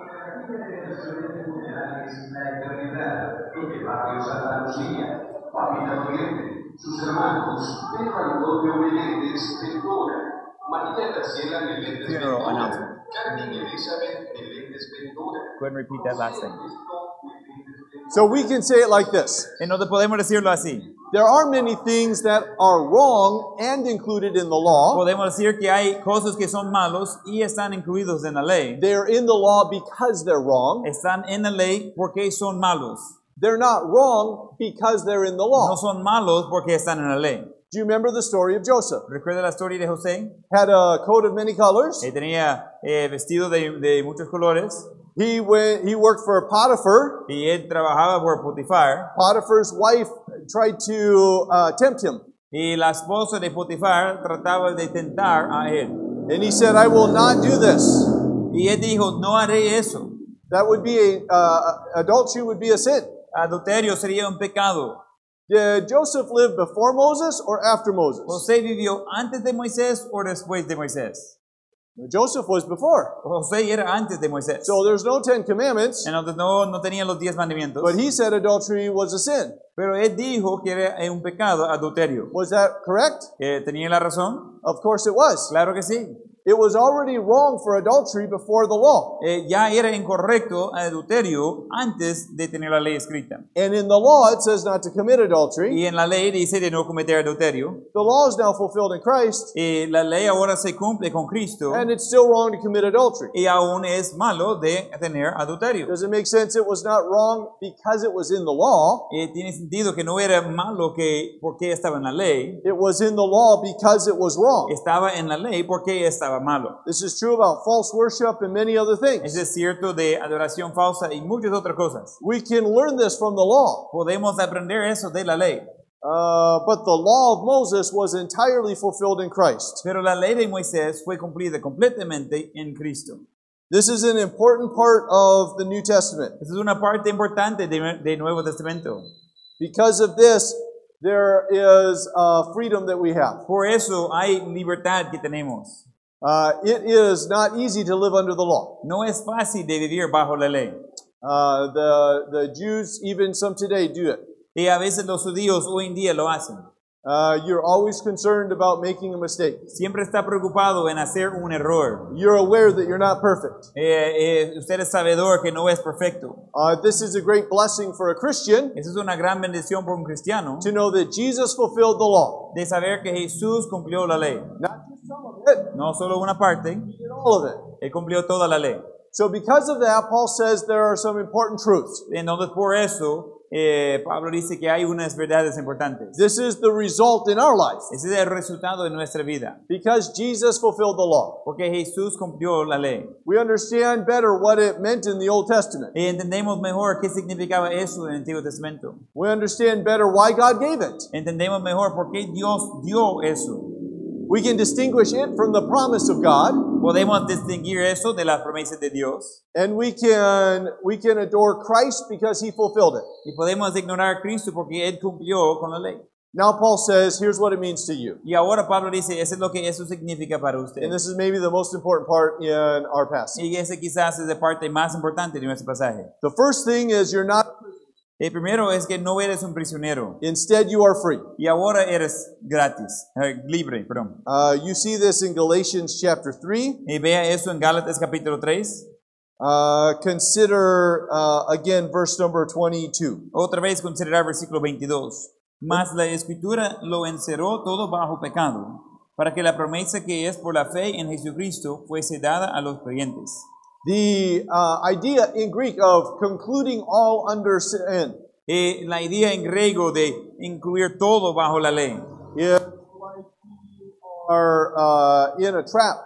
D: sus hermanos, eran doble obedientes de Ventura, María Graciela Meléndez
B: Funeral
D: Ventura,
B: announcement.
D: Carmen Elizabeth Meléndez Ventura,
B: Go ahead and repeat that last thing.
D: Ernesto Meléndez Ventura.
C: So we can say it like this
B: Entonces podemos decirlo así.
C: There are many things that are wrong and included in the law.
B: Podemos decir que hay cosas que son malos y están incluidos en la ley.
C: They are in the law because they're wrong.
B: Están en la ley porque son malos.
C: They're not wrong because they're in the
B: No
C: law.
B: son malos porque están en la lei.
C: Do you remember the story of Joseph?
B: ¿Recuerda la historia de José?
C: Had a coat of many colors.
B: Él tenía eh, vestido de, de muchos colores
C: He went. He worked for Potiphar.
B: y él trabajaba por Potifar.
C: Potiphar's wife tried to uh, tempt him,
B: Y la esposa de Potifar trataba de tentar a él.
C: and he said, "I will not do this.
B: Y él dijo, no haré eso.
C: That would be a uh, adultery would be a sin."
B: Adulterio sería un pecado.
C: Did Joseph live before Moses or after Moses?
B: José vivió antes de Moisés o después de Moisés.
C: Joseph was before,
B: José era antes de Moisés.
C: so there's no Ten Commandments.
B: Entonces no, no tenía los diez mandamientos.
C: But he said adultery was a sin.
B: Pero él dijo que era eh, un pecado adulterio.
C: Was that correct?
B: Eh, ¿Tenía la razón?
C: Of course it was.
B: Claro que sí.
C: It was already wrong for adultery before the law.
B: Eh, ya era incorrecto adulterio antes de tener la ley escrita.
C: And in the law, it says not to commit adultery.
B: Y en la ley dice de no cometer adulterio.
C: The law is now fulfilled in Christ,
B: Eh, la ley ahora se cumple con Cristo
C: and it's still wrong to commit adultery.
B: y aún es malo de tener adulterio.
C: Does it make sense? It was not wrong because it was in the law.
B: Eh, tiene sentido que no era malo que porque estaba en la ley.
C: It was in the law because it was wrong.
B: Estaba en la ley porque estaba malo.
C: This is true about false worship and many other
B: Eso
C: things.
B: es cierto de adoración falsa y muchas otras cosas.
C: We can learn this from the law.
B: Podemos aprender eso de la ley.
C: Uh, but the law of Moses was entirely fulfilled in Christ.
B: Pero la ley de Moisés fue cumplida completamente en Cristo.
C: This is an important part of the New Testament.
B: Esa es una parte importante de- del Nuevo Testamento.
C: Because of this, there is uh, freedom that we have.
B: Por eso hay libertad que tenemos.
C: Uh, it is not easy to live under the law.
B: No es fácil de vivir bajo la ley.
C: Uh, the, the Jews, even some today, do it.
B: Y a veces los judíos hoy en día lo hacen.
C: Uh, you're always concerned about making a mistake.
B: Siempre está preocupado en hacer un error.
C: You're aware that you're not perfect.
B: Eh, eh, usted es sabedor que no es perfecto.
C: Uh, this is a great blessing for a Christian
B: Esa es una gran bendición por un cristiano
C: to know that Jesus fulfilled the law.
B: de saber que Jesús cumplió la ley.
C: Not just some of it,
B: No solo una parte,
C: he did all of it.
B: Él cumplió toda la ley.
C: So, because of that, Paul says there are some important truths.
B: Entonces, por eso, eh, Pablo dice que hay unas verdades importantes.
C: This is the result in our life
B: Ese es el resultado de nuestra vida,
C: because Jesus fulfilled the law.
B: porque Jesús cumplió la ley.
C: We understand better what it meant in the Old Testament.
B: Y entendemos mejor qué significaba eso en el Antiguo Testamento.
C: We understand better why God gave it.
B: Entendemos mejor por qué Dios dio eso.
C: We can distinguish it from the promise of God,
B: Podemos distinguir eso de las promesas de Dios
C: and we can we can adore Christ because He fulfilled it.
B: y podemos ignorar a Cristo porque Él cumplió con la ley.
C: Now Paul says, here's what it means to you.
B: Y ahora Pablo dice, eso es lo que eso significa para usted.
C: And this is maybe the most important part in our passage.
B: Y ese quizás es la parte más importante de nuestro pasaje.
C: The first thing is you're not
B: El primero es que no eres un prisionero
C: Instead, you are free.
B: y ahora eres gratis, eh, libre, perdón.
C: Uh, you see this in Galatians chapter 3.
B: Y vea eso en Gálatas capítulo 3.
C: Uh, consider uh, again verse number 22.
B: Otra vez considerar versículo 22. Mas la escritura lo encerró todo bajo pecado, para que la promesa que es por la fe en Jesucristo fuese dada a los creyentes.
C: The uh, idea in Greek of concluding all under sin.
B: Eh, la idea en griego de incluir todo bajo la ley
C: If are uh, in a trap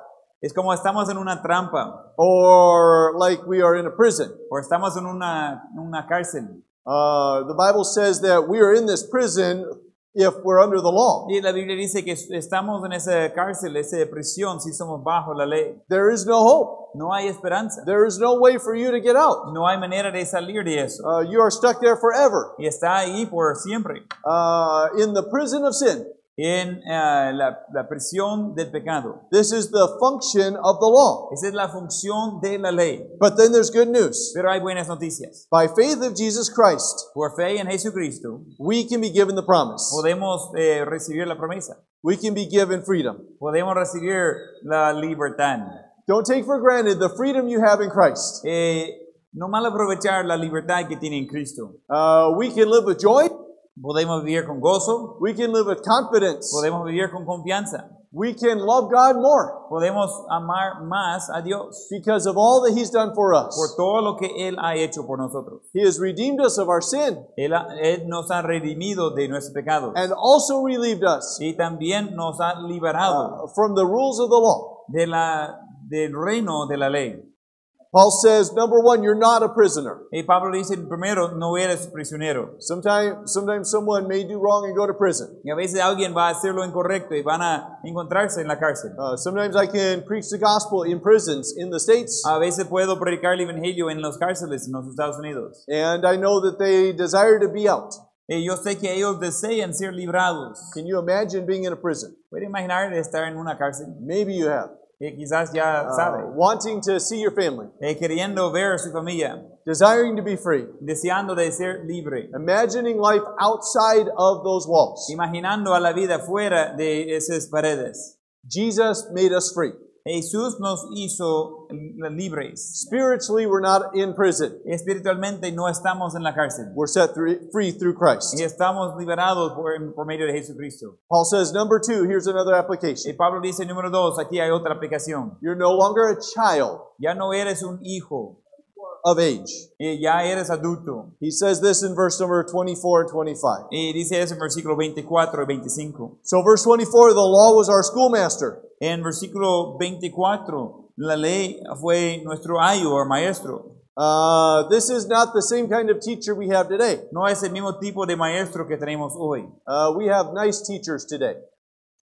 B: es como estamos en una trampa
C: or like we are in a prison.
B: o estamos en una, en una cárcel.
C: Uh, the Bible says that we are in this prison if we're under the law.
B: Y la Biblia dice que estamos en esa cárcel, esa prisión, si somos bajo la ley.
C: There is no hope.
B: No hay esperanza.
C: There is no way for you to get out.
B: No hay manera de salir de eso.
C: Uh, you are stuck there forever
B: Y está ahí por siempre.
C: uh, in the prison of sin.
B: en eh, la, la prisión del pecado.
C: This is the function of the law.
B: Esa es la función de la ley.
C: But then there's good news.
B: Pero hay buenas noticias.
C: By faith of Jesus Christ,
B: Por fe en Jesucristo
C: we can be given the promise.
B: podemos eh, recibir la promesa,
C: We can be given freedom.
B: podemos recibir la libertad.
C: Don't take for granted the freedom you have in Christ.
B: Eh, no mal aprovechar la libertad que tiene en Cristo.
C: Uh, we can live with joy.
B: Podemos vivir con gozo,
C: We can live with confidence.
B: podemos vivir con confianza,
C: We can love God more
B: podemos amar más a Dios
C: because of all that He's done for
B: por
C: us.
B: todo lo que Él ha hecho por nosotros.
C: He has redeemed us of our sin
B: Él, ha- Él nos ha redimido de nuestros pecados
C: and also relieved us
B: y también nos ha liberado
C: uh, from the rules of the law.
B: de la, del reino de la ley.
C: Paul says, number one, you're not a prisoner.
B: Y Pablo dice, primero, no eres prisionero.
C: Sometimes, sometimes someone may do wrong and go to prison.
B: Y a veces alguien va a hacer lo incorrecto y van a encontrarse en la cárcel.
C: Uh, sometimes I can preach the gospel in prisons in the States,
B: A veces puedo predicar el evangelio en las cárceles en los Estados Unidos.
C: and I know that they desire to be out.
B: Y yo sé que ellos desean ser librados.
C: Can you imagine being in a prison?
B: Puede imaginar estar en una cárcel
C: Maybe you have.
B: y Eh, quizás ya
C: Uh,
B: sabe,
C: wanting to see your family,
B: eh, queriendo ver a su familia,
C: desiring to be free,
B: deseando de ser libre,
C: imagining life outside of those walls.
B: imaginando a la vida fuera de esas paredes.
C: Jesus made us free.
B: Jesús nos hizo libres.
C: Spiritually, we're not in prison.
B: espiritualmente no estamos en la cárcel
C: We're set through, free through Christ.
B: y estamos liberados por, por medio de Jesucristo.
C: Paul says, number two, here's another
B: Y
C: application.
B: Pablo dice, número dos, aquí hay otra aplicación.
C: You're no longer a child
B: Ya no eres un hijo,
C: of age.
B: y ya eres adulto.
C: He says this in verse number 24 and 25.
B: Y dice eso en versículo 24 y 25.
C: So, verse 24, the law was our schoolmaster.
B: En versículo 24, la ley fue nuestro ayo o maestro.
C: Uh, this is not the same kind of teacher we have today.
B: No es el mismo tipo de maestro que tenemos hoy.
C: Uh, we have nice teachers today.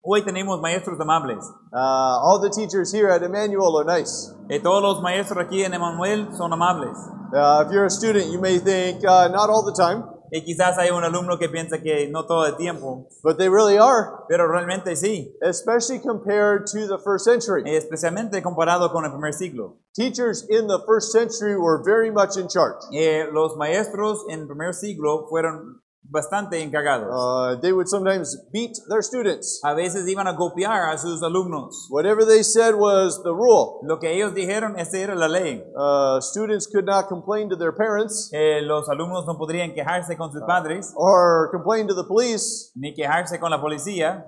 B: Hoy tenemos maestros amables.
C: Uh, all the teachers here at Emmanuel are nice.
B: Y Eh, todos los maestros aquí en Emanuel son amables.
C: Uh, if you're a student, you may think, uh, not all the time,
B: Y Eh, quizás hay un alumno que piensa que no todo el tiempo,
C: but they really are,
B: Pero realmente sí,
C: especially compared to the first century.
B: especialmente comparado con el primer siglo.
C: Teachers in the first century were very much in charge.
B: Eh, los maestros en el primer siglo fueron bastante encargados.
C: Uh, they would sometimes beat their students.
B: A veces iban a copiar a sus alumnos.
C: Whatever they said was the rule.
B: Lo que ellos dijeron, esa era la ley.
C: Uh, students could not complain to their parents
B: Eh, los alumnos no podrían quejarse con sus padres,
C: or complain to the police
B: ni quejarse con la policía,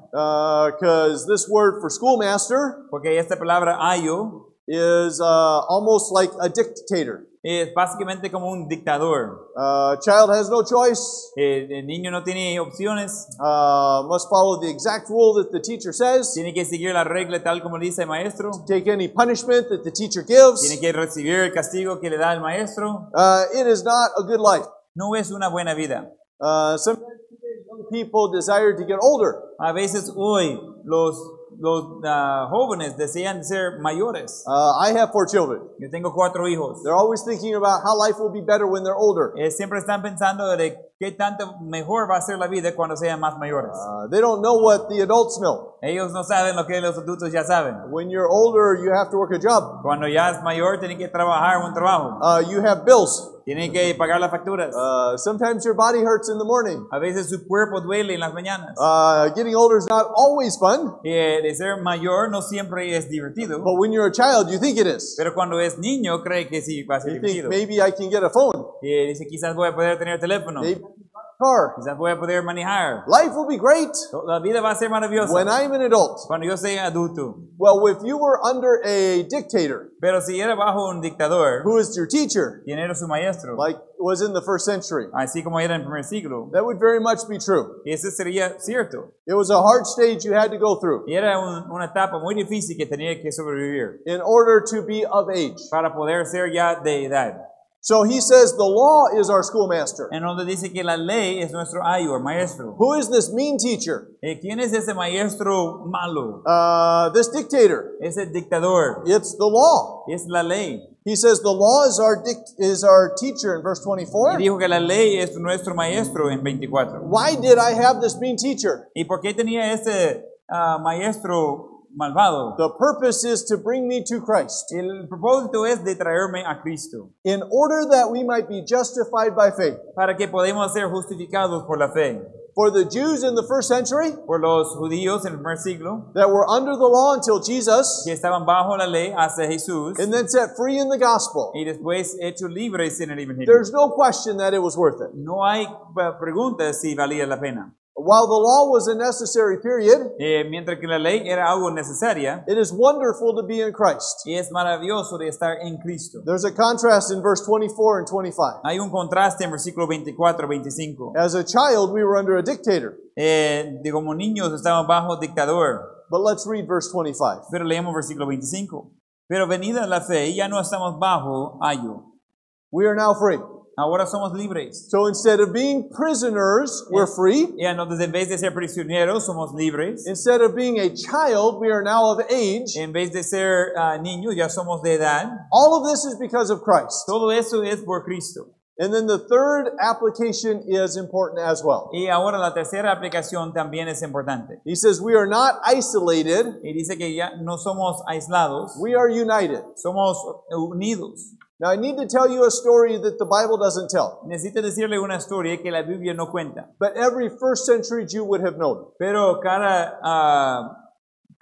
C: because this word for schoolmaster
B: porque esta palabra ayo
C: is uh, almost like a dictator.
B: es básicamente como un dictador.
C: Uh, child has no choice,
B: Eh, el niño no tiene opciones,
C: uh, must follow the exact rule that the teacher says,
B: tiene que seguir la regla tal como dice el maestro,
C: take any punishment that the teacher gives.
B: tiene que recibir el castigo que le da el maestro,
C: Uh, it is not a good life.
B: no es una buena vida.
C: Uh, sometimes today, young people desire to get older.
B: A veces hoy los, los ah, jóvenes desean ser mayores.
C: Uh, I have four children.
B: Yo tengo cuatro hijos.
C: They're always thinking about how life will be better when they're older.
B: Eh, siempre están pensando de ¿Qué tanto mejor va a ser la vida cuando sean más mayores?
C: Uh, they don't know what the adults know.
B: Ellos no saben lo que los adultos ya saben.
C: When you're older, you have to work a job.
B: Cuando ya es mayor, tienen que trabajar un trabajo.
C: Uh, you have bills.
B: Tienen que pagar las facturas.
C: Uh, sometimes your body hurts in the morning.
B: A veces su cuerpo duele en las mañanas.
C: Uh, getting older is not always fun,
B: Eh, de ser mayor no siempre es divertido.
C: but when you're a child, you think it is.
B: Pero cuando es niño, cree que sí va a ser
C: You think
B: divertido.
C: maybe I can get a phone,
B: Eh, dice, quizás voy a poder tener teléfono.
C: maybe I can buy a car.
B: Quizás voy a poder manejar.
C: Life will be great
B: La vida va a ser maravillosa
C: when I'm an adult.
B: cuando yo sea adulto.
C: Well, if you were under a dictator
B: Pero si era bajo un dictador,
C: who is your teacher,
B: quien era su maestro,
C: like was in the first century,
B: así como era en el primer siglo,
C: that would very much be true.
B: eso sería cierto.
C: It was a hard stage you had to go through
B: Y era un- una etapa muy difícil que tenía que sobrevivir
C: in order to be of age.
B: para poder ser ya de edad.
C: So he says the law is our schoolmaster.
B: En donde dice que la ley es nuestro ayo, maestro.
C: Who is this mean teacher?
B: Eh, ¿Quién es ese maestro malo?
C: Uh, this dictator.
B: Ese dictador.
C: It's the law.
B: Es la ley.
C: He says the law is our dict- is our teacher in verse
B: Y
C: 24.
B: dijo que la ley es nuestro maestro en 24.
C: Why did I have this mean teacher?
B: ¿Y por qué tenía ese ah, maestro malvado?
C: The purpose is to bring me to Christ
B: El propósito es de traerme a Cristo,
C: in order that we might be justified by faith.
B: para que podamos ser justificados por la fe.
C: For the Jews in the first century
B: Por los judíos en el primer siglo,
C: that were under the law until Jesus
B: que estaban bajo la ley hacia Jesús,
C: and then set free in the gospel,
B: y después hechos libres en el Evangelio.
C: there's no question that it was worth it.
B: No hay pa- pregunta si valía la pena.
C: While the law was a necessary period,
B: Eh, mientras que la ley era algo necesaria,
C: it is wonderful to be in Christ.
B: y es maravilloso de estar en Cristo.
C: There's a contrast in verse 24 and 25.
B: Hay un contraste en versículo 24, 25.
C: As a child, we were under a dictator.
B: Eh, de como niños estaban bajo dictador.
C: But let's read verse 25.
B: Pero leemos versículo 25. Pero venida la fe, ya no estamos bajo ayo.
C: We are now free.
B: Ahora somos libres.
C: So instead of being prisoners, we're free.
B: Ya entonces en vez de ser prisioneros, somos libres.
C: Instead of being a child, we are now of age.
B: En vez de ser ah, niños, ya somos de edad.
C: All of this is because of Christ.
B: Todo eso es por Cristo.
C: And then the third application is important as well.
B: Y ahora la tercera aplicación también es importante.
C: He says, We are not isolated,
B: Y dice que ya no somos aislados,
C: we are united.
B: somos unidos.
C: Now, I need to tell you a story that the Bible doesn't tell,
B: Necesito decirle una historia que la Biblia no cuenta.
C: but every first century Jew would have known.
B: Pero cada, ah,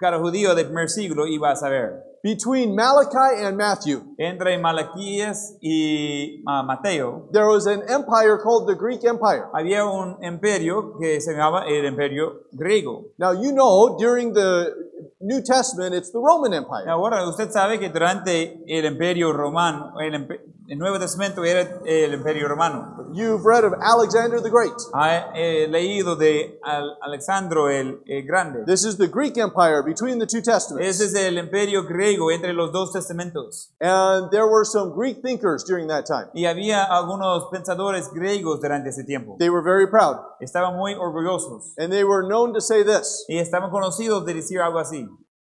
B: cada judío del primer siglo iba a saber.
C: Between Malachi and Matthew,
B: Entre Malaquías y ah, Mateo
C: there was an empire called the Greek Empire.
B: había un imperio que se llamaba el imperio griego.
C: Now, you know, during the New Testament, it's the Roman Empire.
B: Ahora usted sabe que durante el imperio romano, el, empe- el Nuevo Testamento era el imperio romano.
C: You've read of Alexander the Great.
B: Ha eh, leído de Al- Alexandro el, el Grande.
C: This is the Greek Empire between the two Testaments.
B: Ese es el imperio griego entre los dos testamentos.
C: And there were some Greek thinkers during that time.
B: Y había algunos pensadores griegos durante ese tiempo.
C: They were very proud.
B: Estaban muy orgullosos
C: And they were known to say this
B: y estaban conocidos de decir algo así.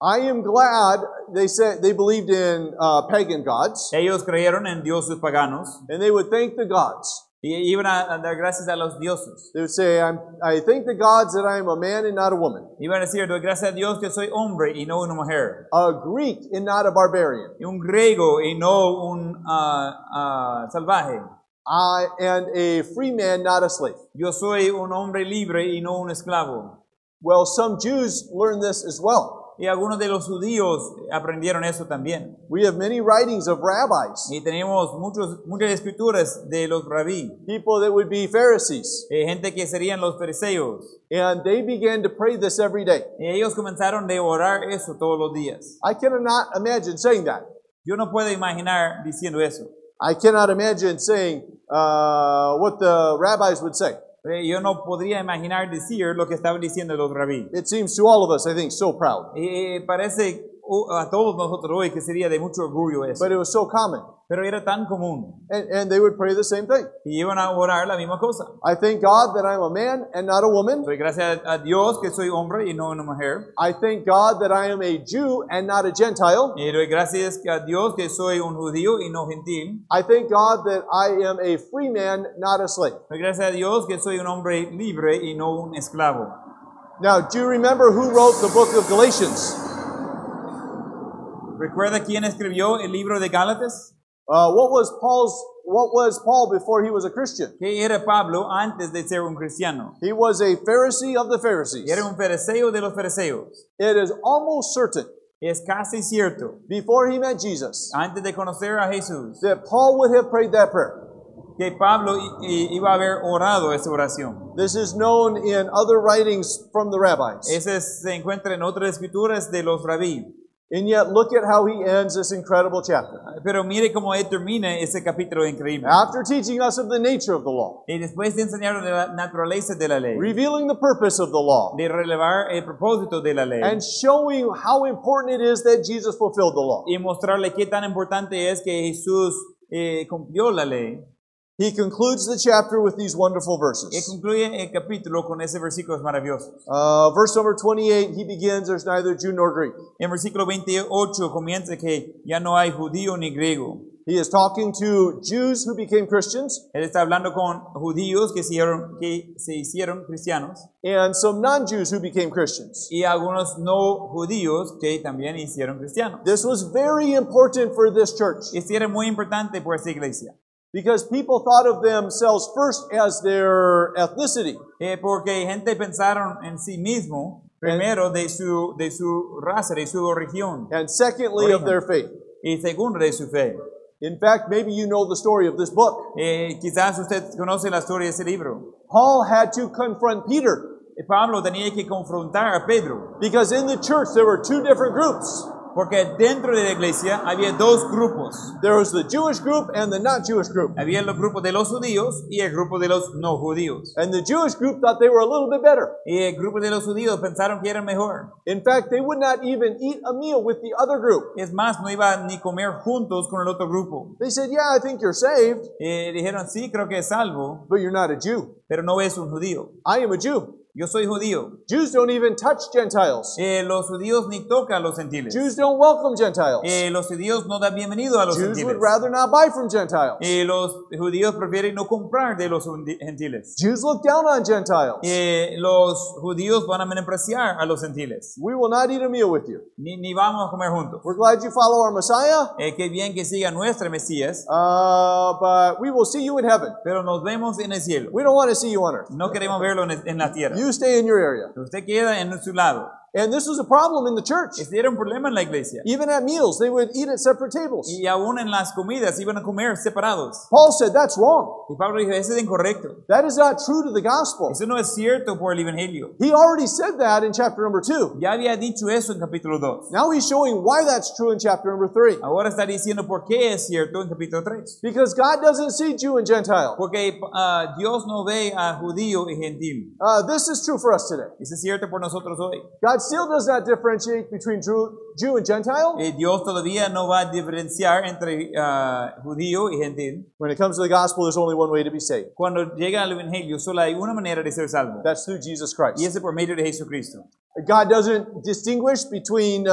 C: I am glad they said they believed in uh, pagan gods,
B: Ellos creyeron en dioses paganos
C: and they would thank the gods.
B: Y iban a a dar gracias a los dioses.
C: They would say, I'm, I thank the gods that I am a man and not a woman,
B: Iban a decir, doy gracias a Dios que soy hombre y no una mujer.
C: a Greek and not a barbarian,
B: Y Un griego y no un ah, ah, salvaje.
C: I, and a free man, not a slave.
B: Yo soy un hombre libre y no un esclavo.
C: Well, some Jews learned this as well.
B: Y algunos de los judíos aprendieron eso también.
C: We have many writings of rabbis,
B: Y tenemos muchos, muchas escrituras de los rabí,
C: people that would be Pharisees,
B: eh, gente que serían los fariseos.
C: and they began to pray this every day.
B: Y ellos comenzaron de orar eso todos los días.
C: I cannot imagine saying that.
B: Yo no puedo imaginar diciendo eso.
C: I cannot imagine saying uh, what the rabbis would say.
B: Eh, Yo no podría imaginar decir lo que estaban diciendo los rabí.
C: It seems to all of us, I think, so proud.
B: Y parece uh, a todos nosotros hoy que sería de mucho orgullo eso.
C: But it was so common.
B: Pero era tan común.
C: And, and they would pray the same thing.
B: Y iban a orar la misma cosa.
C: I thank God that I'm a man and not a woman.
B: Doy gracias a Dios que soy hombre y no una mujer.
C: I thank God that I am a Jew and not a Gentile.
B: Y doy gracias a Dios que soy un judío y no gentil.
C: I thank God that I am a free man, not a slave.
B: Doy gracias a Dios que soy un hombre libre y no un esclavo.
C: Now, do you remember who wrote the book of Galatians?
B: ¿Recuerda quién escribió el libro de Gálatas?
C: Uh, what was Paul's? What was Paul before he was a Christian?
B: Que era Pablo antes de ser un cristiano.
C: He was a Pharisee of the
B: Y Era
C: Pharisees.
B: un fariseo de los fariseos.
C: It is almost certain
B: Es casi cierto,
C: before he met Jesus
B: antes de conocer a Jesús,
C: that Paul would have prayed that prayer.
B: que Pablo i- i- iba a haber orado esa oración.
C: This is known in other writings from the rabbis.
B: Ese se encuentra en otras escrituras de los rabí.
C: And yet, look at how he ends this incredible chapter.
B: Pero mire cómo él termina ese capítulo increíble.
C: After teaching us of the nature of the law,
B: Y después de enseñar la naturaleza de la ley,
C: revealing the purpose of the law,
B: de relevar el propósito de la ley
C: and showing how important it is that Jesus fulfilled the law,
B: y mostrarle qué tan importante es que Jesús eh, cumplió la ley,
C: he concludes the chapter with these wonderful
B: Él
C: verses.
B: concluye el capítulo con ese versículo maravilloso.
C: Uh, verse number 28, he begins, There's neither Jew nor Greek.
B: En versículo 28 comienza que ya no hay judío ni griego.
C: He is talking to Jews who became Christians
B: Él está hablando con judíos que se hicieron, que se hicieron cristianos
C: and some non Jews who became Christians.
B: y algunos no judíos que también hicieron cristianos.
C: This was very important for this church
B: Esto era muy importante por esta iglesia,
C: because people thought of themselves first as their ethnicity.
B: eh, porque gente pensaron en sí mismo primero de su, de su raza, de su región
C: and secondly of their faith.
B: y segundo de su fe.
C: In fact, maybe you know the story of this book.
B: Eh, quizás usted conoce la historia de ese libro.
C: Paul had to confront Peter
B: Eh, Pablo tenía que confrontar a Pedro
C: because in the church there were two different groups.
B: Porque dentro de la iglesia había dos grupos.
C: There was the Jewish group and the not Jewish group.
B: Había el grupo de los judíos y el grupo de los no judíos.
C: And the Jewish group thought they were a little bit better.
B: Y el grupo de los judíos pensaron que era mejor.
C: In fact, they would not even eat a meal with the other group.
B: Es más, no iban ni comer juntos con el otro grupo.
C: They said, Yeah, I think you're saved,
B: Eh, dijeron, sí, creo que es salvo,
C: but you're not a Jew.
B: pero no es un judío.
C: I am a Jew.
B: Yo soy judío.
C: Jews don't even touch Gentiles.
B: Eh, los judíos ni tocan a los gentiles.
C: Jews don't welcome Gentiles.
B: Eh, los judíos no dan bienvenido a los
C: Jews
B: gentiles.
C: would rather not buy from Gentiles.
B: Eh, los judíos prefieren no comprar de los hundi- gentiles.
C: Jews look down on Gentiles.
B: Eh, los judíos van a menospreciar a los gentiles.
C: We will not eat a meal with you.
B: Ni, ni vamos a comer juntos.
C: We're glad you follow our Messiah,
B: Eh, qué bien que siga nuestra Mesías,
C: uh, but we will see you in heaven.
B: pero nos vemos en el cielo.
C: We don't want to see you on earth.
B: No queremos verlo en, en la tierra.
C: You stay in your area.
B: Usted queda en su lado.
C: And this was a problem in the church.
B: Este era un problema en la iglesia.
C: Even at meals, they would eat at separate tables.
B: Y aún en las comidas iban a comer separados.
C: Paul said that's wrong.
B: Y Pablo dijo, eso es incorrecto.
C: That is not true to the gospel.
B: Eso no es cierto por el Evangelio.
C: He already said that in chapter number two.
B: Ya había dicho eso en capítulo 2.
C: Now he's showing why that's true in chapter number three.
B: Ahora está diciendo por qué es cierto en capítulo 3.
C: Because God doesn't see Jew and Gentile.
B: Porque ah, Dios no ve a judío y gentil.
C: Uh, this is true for us today.
B: Eso es cierto por nosotros hoy.
C: God still does not differentiate between Jew, Jew and Gentile
B: Eh, Dios todavía no va a diferenciar entre ah, judío y gentil.
C: when it comes to the gospel. There's only one way to be saved.
B: Cuando llega al Evangelio, solo hay una manera de ser salvo.
C: That's through Jesus Christ.
B: Y es por medio de Jesucristo.
C: God doesn't distinguish between uh,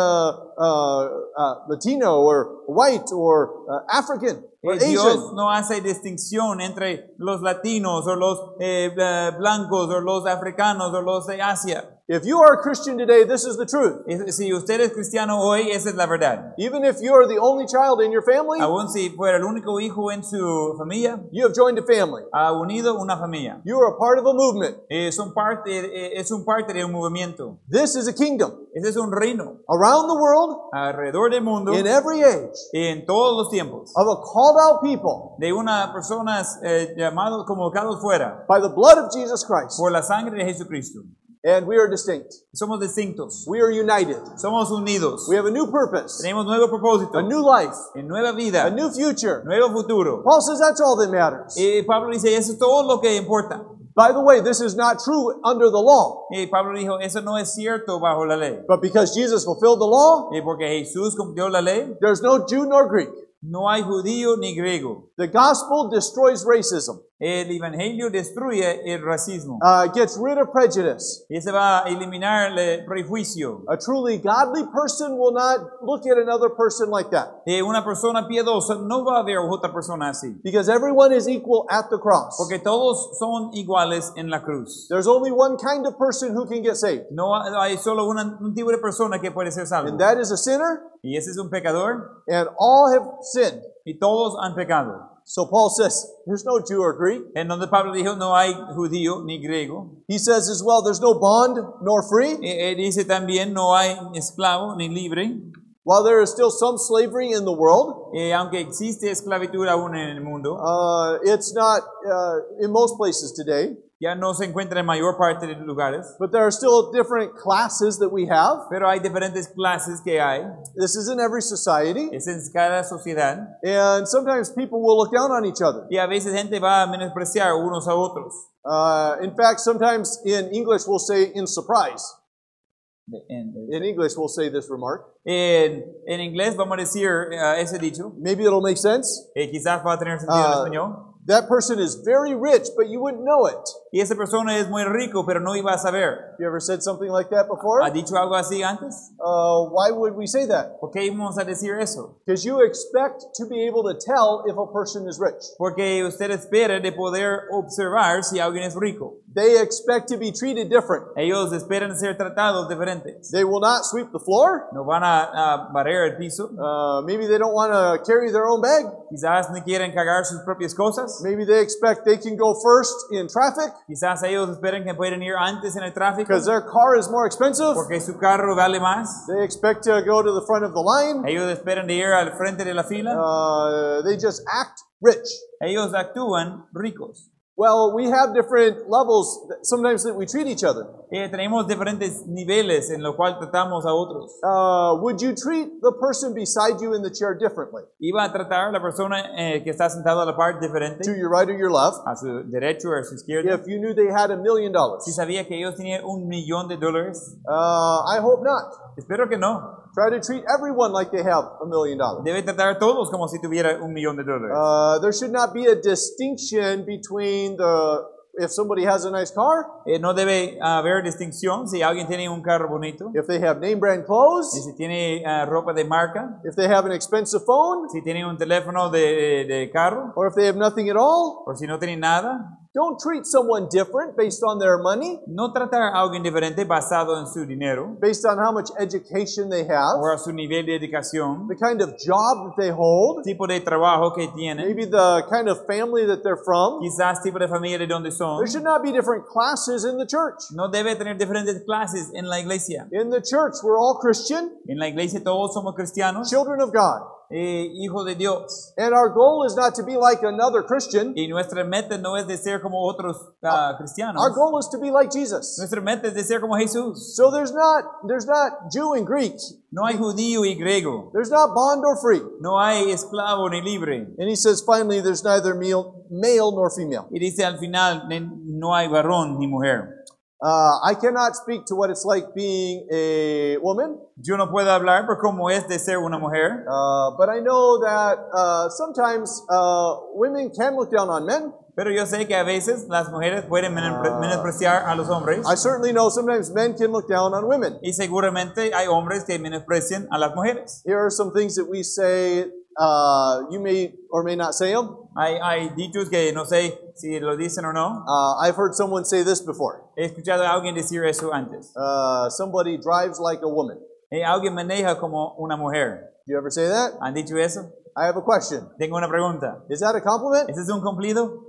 C: uh, uh, Latino or white or uh, African or
B: Eh, Dios
C: Asian.
B: no hace distinción entre los latinos o los eh, bla- blancos o los africanos o los de Asia.
C: If you are a Christian today, this is the truth.
B: Es- Si usted es cristiano hoy, esa es la verdad.
C: Even if you are the only child in your family,
B: Aún si fuera el único hijo en su familia,
C: you have joined a family.
B: ha unido una familia.
C: You are a part of a movement.
B: Eh, son parte, eh, es un parte de un movimiento.
C: This is a kingdom
B: Ese es un reino
C: around the world,
B: alrededor del mundo,
C: in every age,
B: en todos los tiempos,
C: of a called out people
B: de una personas eh, llamados, convocados fuera.
C: by the blood of Jesus Christ.
B: por la sangre de Jesucristo.
C: And we are distinct.
B: Somos distintos,
C: We are united.
B: somos unidos,
C: We have a new purpose,
B: tenemos nuevo propósito,
C: a new life,
B: en nueva
C: a
B: vida,
C: new future.
B: nuevo futuro.
C: Paul says that's all that matters.
B: Y Pablo dice, eso es todo lo que importa.
C: By the way, this is not true under the law.
B: Y Pablo dijo, eso no es cierto bajo la ley.
C: But because Jesus fulfilled the law,
B: Y porque Eh, Jesús cumplió la ley,
C: there's no Jew nor Greek.
B: No hay judío ni griego.
C: The gospel destroys racism,
B: El evangelio destruye el racismo.
C: uh, gets rid of prejudice.
B: Y se va a eliminar el prejuicio.
C: A truly godly person will not look at another person like that
B: Eh, una persona piadosa no va a ver a otra persona así.
C: because everyone is equal at the cross.
B: Porque todos son iguales en la cruz.
C: There's only one kind of person who can get saved,
B: No hay solo una- un tipo de persona que puede ser salvo.
C: and that is a sinner,
B: Y ese es un pecador
C: and all have sinned.
B: y todos han pecado.
C: So Paul says, there's no Jew or Greek.
B: En donde Pablo dijo, no hay judío ni griego.
C: He says as well, there's no bond nor free.
B: Eh, eh, dice también, no hay esclavo ni libre.
C: While there is still some slavery in the world,
B: Eh, aunque existe esclavitud aún en el mundo,
C: uh, it's not uh, in most places today,
B: ya no se encuentra en mayor parte de los lugares.
C: but there are still different classes that we have.
B: Pero hay diferentes clases que hay.
C: This is in every society,
B: Es en cada sociedad.
C: and sometimes people will look down on each other.
B: Y a veces gente va a menospreciar unos a otros.
C: Uh, in fact, sometimes in English we'll say in surprise.
B: En,
C: In English we'll say this remark.
B: en- en inglés vamos a decir eh, ese dicho.
C: Maybe it'll make sense.
B: Eh, quizás va a tener sentido en
C: Ah.
B: español.
C: That person is very rich, but you wouldn't know it.
B: Y esa persona es muy rico, pero no iba a saber.
C: You ever said something like that before?
B: ¿Ha dicho algo así antes?
C: Uh, why would we say that?
B: ¿Por qué íbamos a decir eso?
C: Because you expect to be able to tell if a person is rich.
B: Porque usted espera de poder observar si alguien es rico.
C: They expect to be treated different.
B: Ellos esperan ser tratados diferentes.
C: They will not sweep the floor.
B: No van a, a barrer el piso.
C: Uh, maybe they don't want to carry their own bag.
B: Quizás no quieren cargar sus propias cosas.
C: Maybe they expect they can go first in traffic
B: Quizás ellos esperan que pueden ir antes en el tráfico
C: because their car is more expensive.
B: porque su carro vale más.
C: They expect to go to the front of the line.
B: Ellos esperan de ir al frente de la fila.
C: Uh, they just act rich.
B: Ellos actúan ricos.
C: Well, we have different levels that sometimes that we treat each other.
B: Eh, tenemos diferentes niveles en los cuales tratamos a otros.
C: Uh, would you treat the person beside you in the chair differently?
B: Iba a tratar a la persona eh, que está sentada a la parte
C: To
B: diferente,
C: your right or your left?
B: a su derecho o a su izquierda.
C: If you knew they had a million
B: Si
C: dollars.
B: sabía que ellos tenían un millón de dólares,
C: Uh, I hope not.
B: espero que no.
C: Try to treat everyone like they have a million dollars.
B: Debe tratar a todos como si tuviera un millón de dólares.
C: Uh, there should not be a distinction between the if somebody has a nice car,
B: Eh, no debe haber distinción si alguien tiene un carro bonito,
C: if they have name brand
B: y
C: clothes,
B: si tiene ah, ropa de marca,
C: if they have an expensive phone,
B: si tiene un teléfono de, de carro,
C: or if they have nothing at all.
B: o si no tiene nada.
C: Don't treat someone different based on their money,
B: No tratar a alguien diferente basado en su dinero
C: based on how much education they have,
B: o a su nivel de educación,
C: the kind of job that they hold,
B: tipo de trabajo que tiene,
C: maybe the kind of family that they're from.
B: quizás tipo de familia de donde son.
C: There should not be different classes in the church.
B: No debe tener diferentes clases en la iglesia.
C: In the church, we're all Christian,
B: En la iglesia todos somos cristianos,
C: children of God.
B: eh, hijos de Dios.
C: And our goal is not to be like another Christian.
B: Y nuestra meta no es de ser como otros ah, cristianos.
C: Our goal is to be like Jesus.
B: Nuestra meta es de ser como Jesús.
C: So there's not there's not Jew and Greek.
B: No hay judío y griego.
C: There's not bond or free.
B: No hay esclavo ni libre.
C: And he says finally there's neither male, male nor female.
B: Y dice al final, "Ni- no hay varón ni mujer.
C: Uh, I cannot speak to what it's like being a woman,
B: Yo no puedo hablar por cómo es de ser una mujer,
C: uh, but I know that uh, sometimes uh, women can look down on men.
B: pero yo sé que a veces las mujeres pueden menopre- menospreciar a los hombres.
C: I certainly know sometimes men can look down on women.
B: Y seguramente hay hombres que menosprecian a las mujeres.
C: Here are some things that we say. Uh, you may or may not say them.
B: Hay, hay dichos que no sé si lo dicen o no.
C: Uh, I've heard someone say this before.
B: He escuchado a alguien decir eso antes.
C: Uh, somebody drives like a woman.
B: Eh, alguien maneja como una mujer.
C: Do you ever say that?
B: ¿Han dicho eso?
C: I have a question.
B: Tengo una pregunta.
C: Is that a compliment?
B: ¿Ese es un cumplido?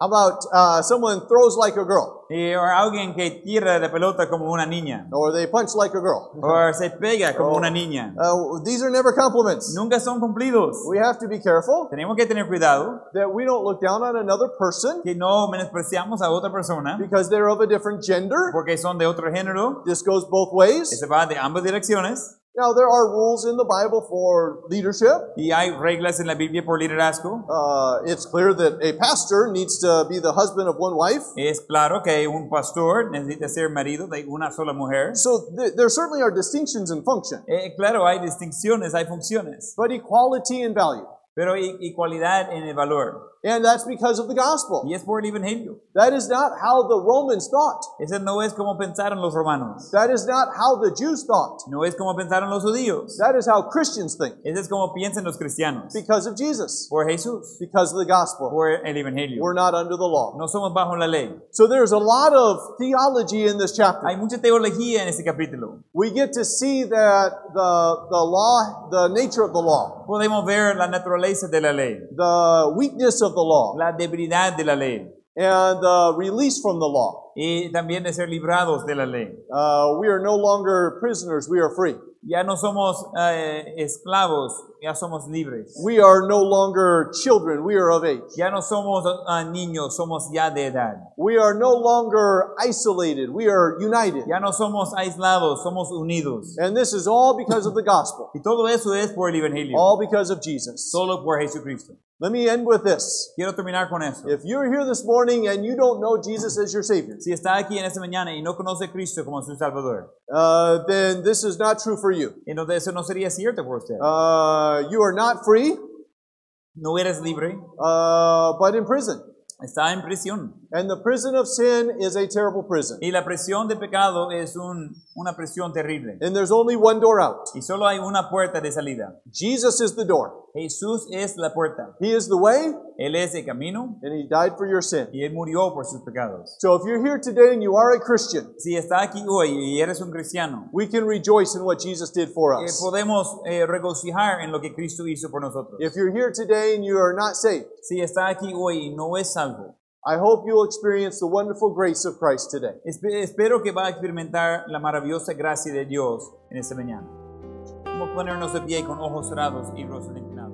C: How about uh, someone throws like a girl,
B: Eh, o alguien que tira la pelota como una niña.
C: or they punch like a girl?
B: O se pega como una niña.
C: Uh, these are never compliments.
B: Nunca son cumplidos.
C: We have to be careful
B: Tenemos que tener cuidado
C: that we don't look down on another person
B: que no menospreciamos a otra persona
C: because they're of a different gender.
B: porque son de otro género.
C: This goes both
B: que
C: ways.
B: Se va de ambas direcciones.
C: Now, there are rules in the Bible for leadership.
B: Y hay reglas en la Biblia por liderazgo.
C: Uh, it's clear that a pastor needs to be the husband of one wife.
B: Es claro que un pastor necesita ser marido de una sola mujer.
C: So th- there certainly are distinctions in function,
B: Eh, claro, hay distinciones, hay funciones,
C: but equality in value.
B: pero i- igualdad en el valor.
C: And that's because of the gospel.
B: Y es por el Evangelio.
C: That is not how the Romans thought.
B: Ese no es como pensaron los romanos.
C: That is not how the Jews thought.
B: No es como pensaron los judíos.
C: That is how Christians think
B: Ese es como piensan los cristianos.
C: because of Jesus,
B: Por Jesús,
C: because of the gospel.
B: por el Evangelio.
C: We're not under the law.
B: No somos bajo la ley.
C: So there's a lot of theology in this
B: Hay
C: chapter.
B: mucha teología en este capítulo.
C: We get to see that the, the law, the nature of the law,
B: Podemos ver la naturaleza de la ley,
C: the weakness of the law,
B: la debilidad de la ley
C: and the release from the law.
B: y también de ser librados de la ley.
C: Uh, we are no longer prisoners, we are free.
B: Ya no somos eh, esclavos, ya somos libres.
C: We are no longer children, we are of age.
B: Ya no somos ah, niños, somos ya de edad.
C: We are no longer isolated, we are united.
B: Ya no somos aislados, somos unidos.
C: And this is all because of the gospel,
B: Y todo eso es por el Evangelio,
C: all because of Jesus.
B: solo por Jesucristo.
C: Let me end with this.
B: Quiero terminar con eso.
C: If you're here this morning and you don't know Jesus as your Savior,
B: Si está aquí en esta mañana y no conoce a Cristo como su Salvador,
C: uh, then this is not true for you.
B: entonces eso no sería cierto por usted.
C: Uh, you are not free,
B: No eres libre,
C: uh, but in prison.
B: está en prisión.
C: And the prison of sin is a terrible prison.
B: Y la presión de pecado es un- una presión terrible.
C: And there's only one door out.
B: Y solo hay una puerta de salida.
C: Jesus is the door.
B: Jesús es la puerta.
C: He is the way,
B: Él es el camino
C: and He died for your sin.
B: y Él murió por sus pecados.
C: So if you're here today and you are a Christian,
B: Si está aquí hoy y eres un cristiano,
C: we can rejoice in what Jesus did for
B: eh,
C: us.
B: podemos eh, regocijar en lo que Cristo hizo por nosotros.
C: If you're here today and you are not saved,
B: Si está aquí hoy y no es salvo,
C: I hope you'll experience the wonderful grace of Christ today.
B: espe- espero que va a experimentar la maravillosa gracia de Dios en esta mañana. Vamos a ponernos de pie con ojos cerrados y rostros inclinados.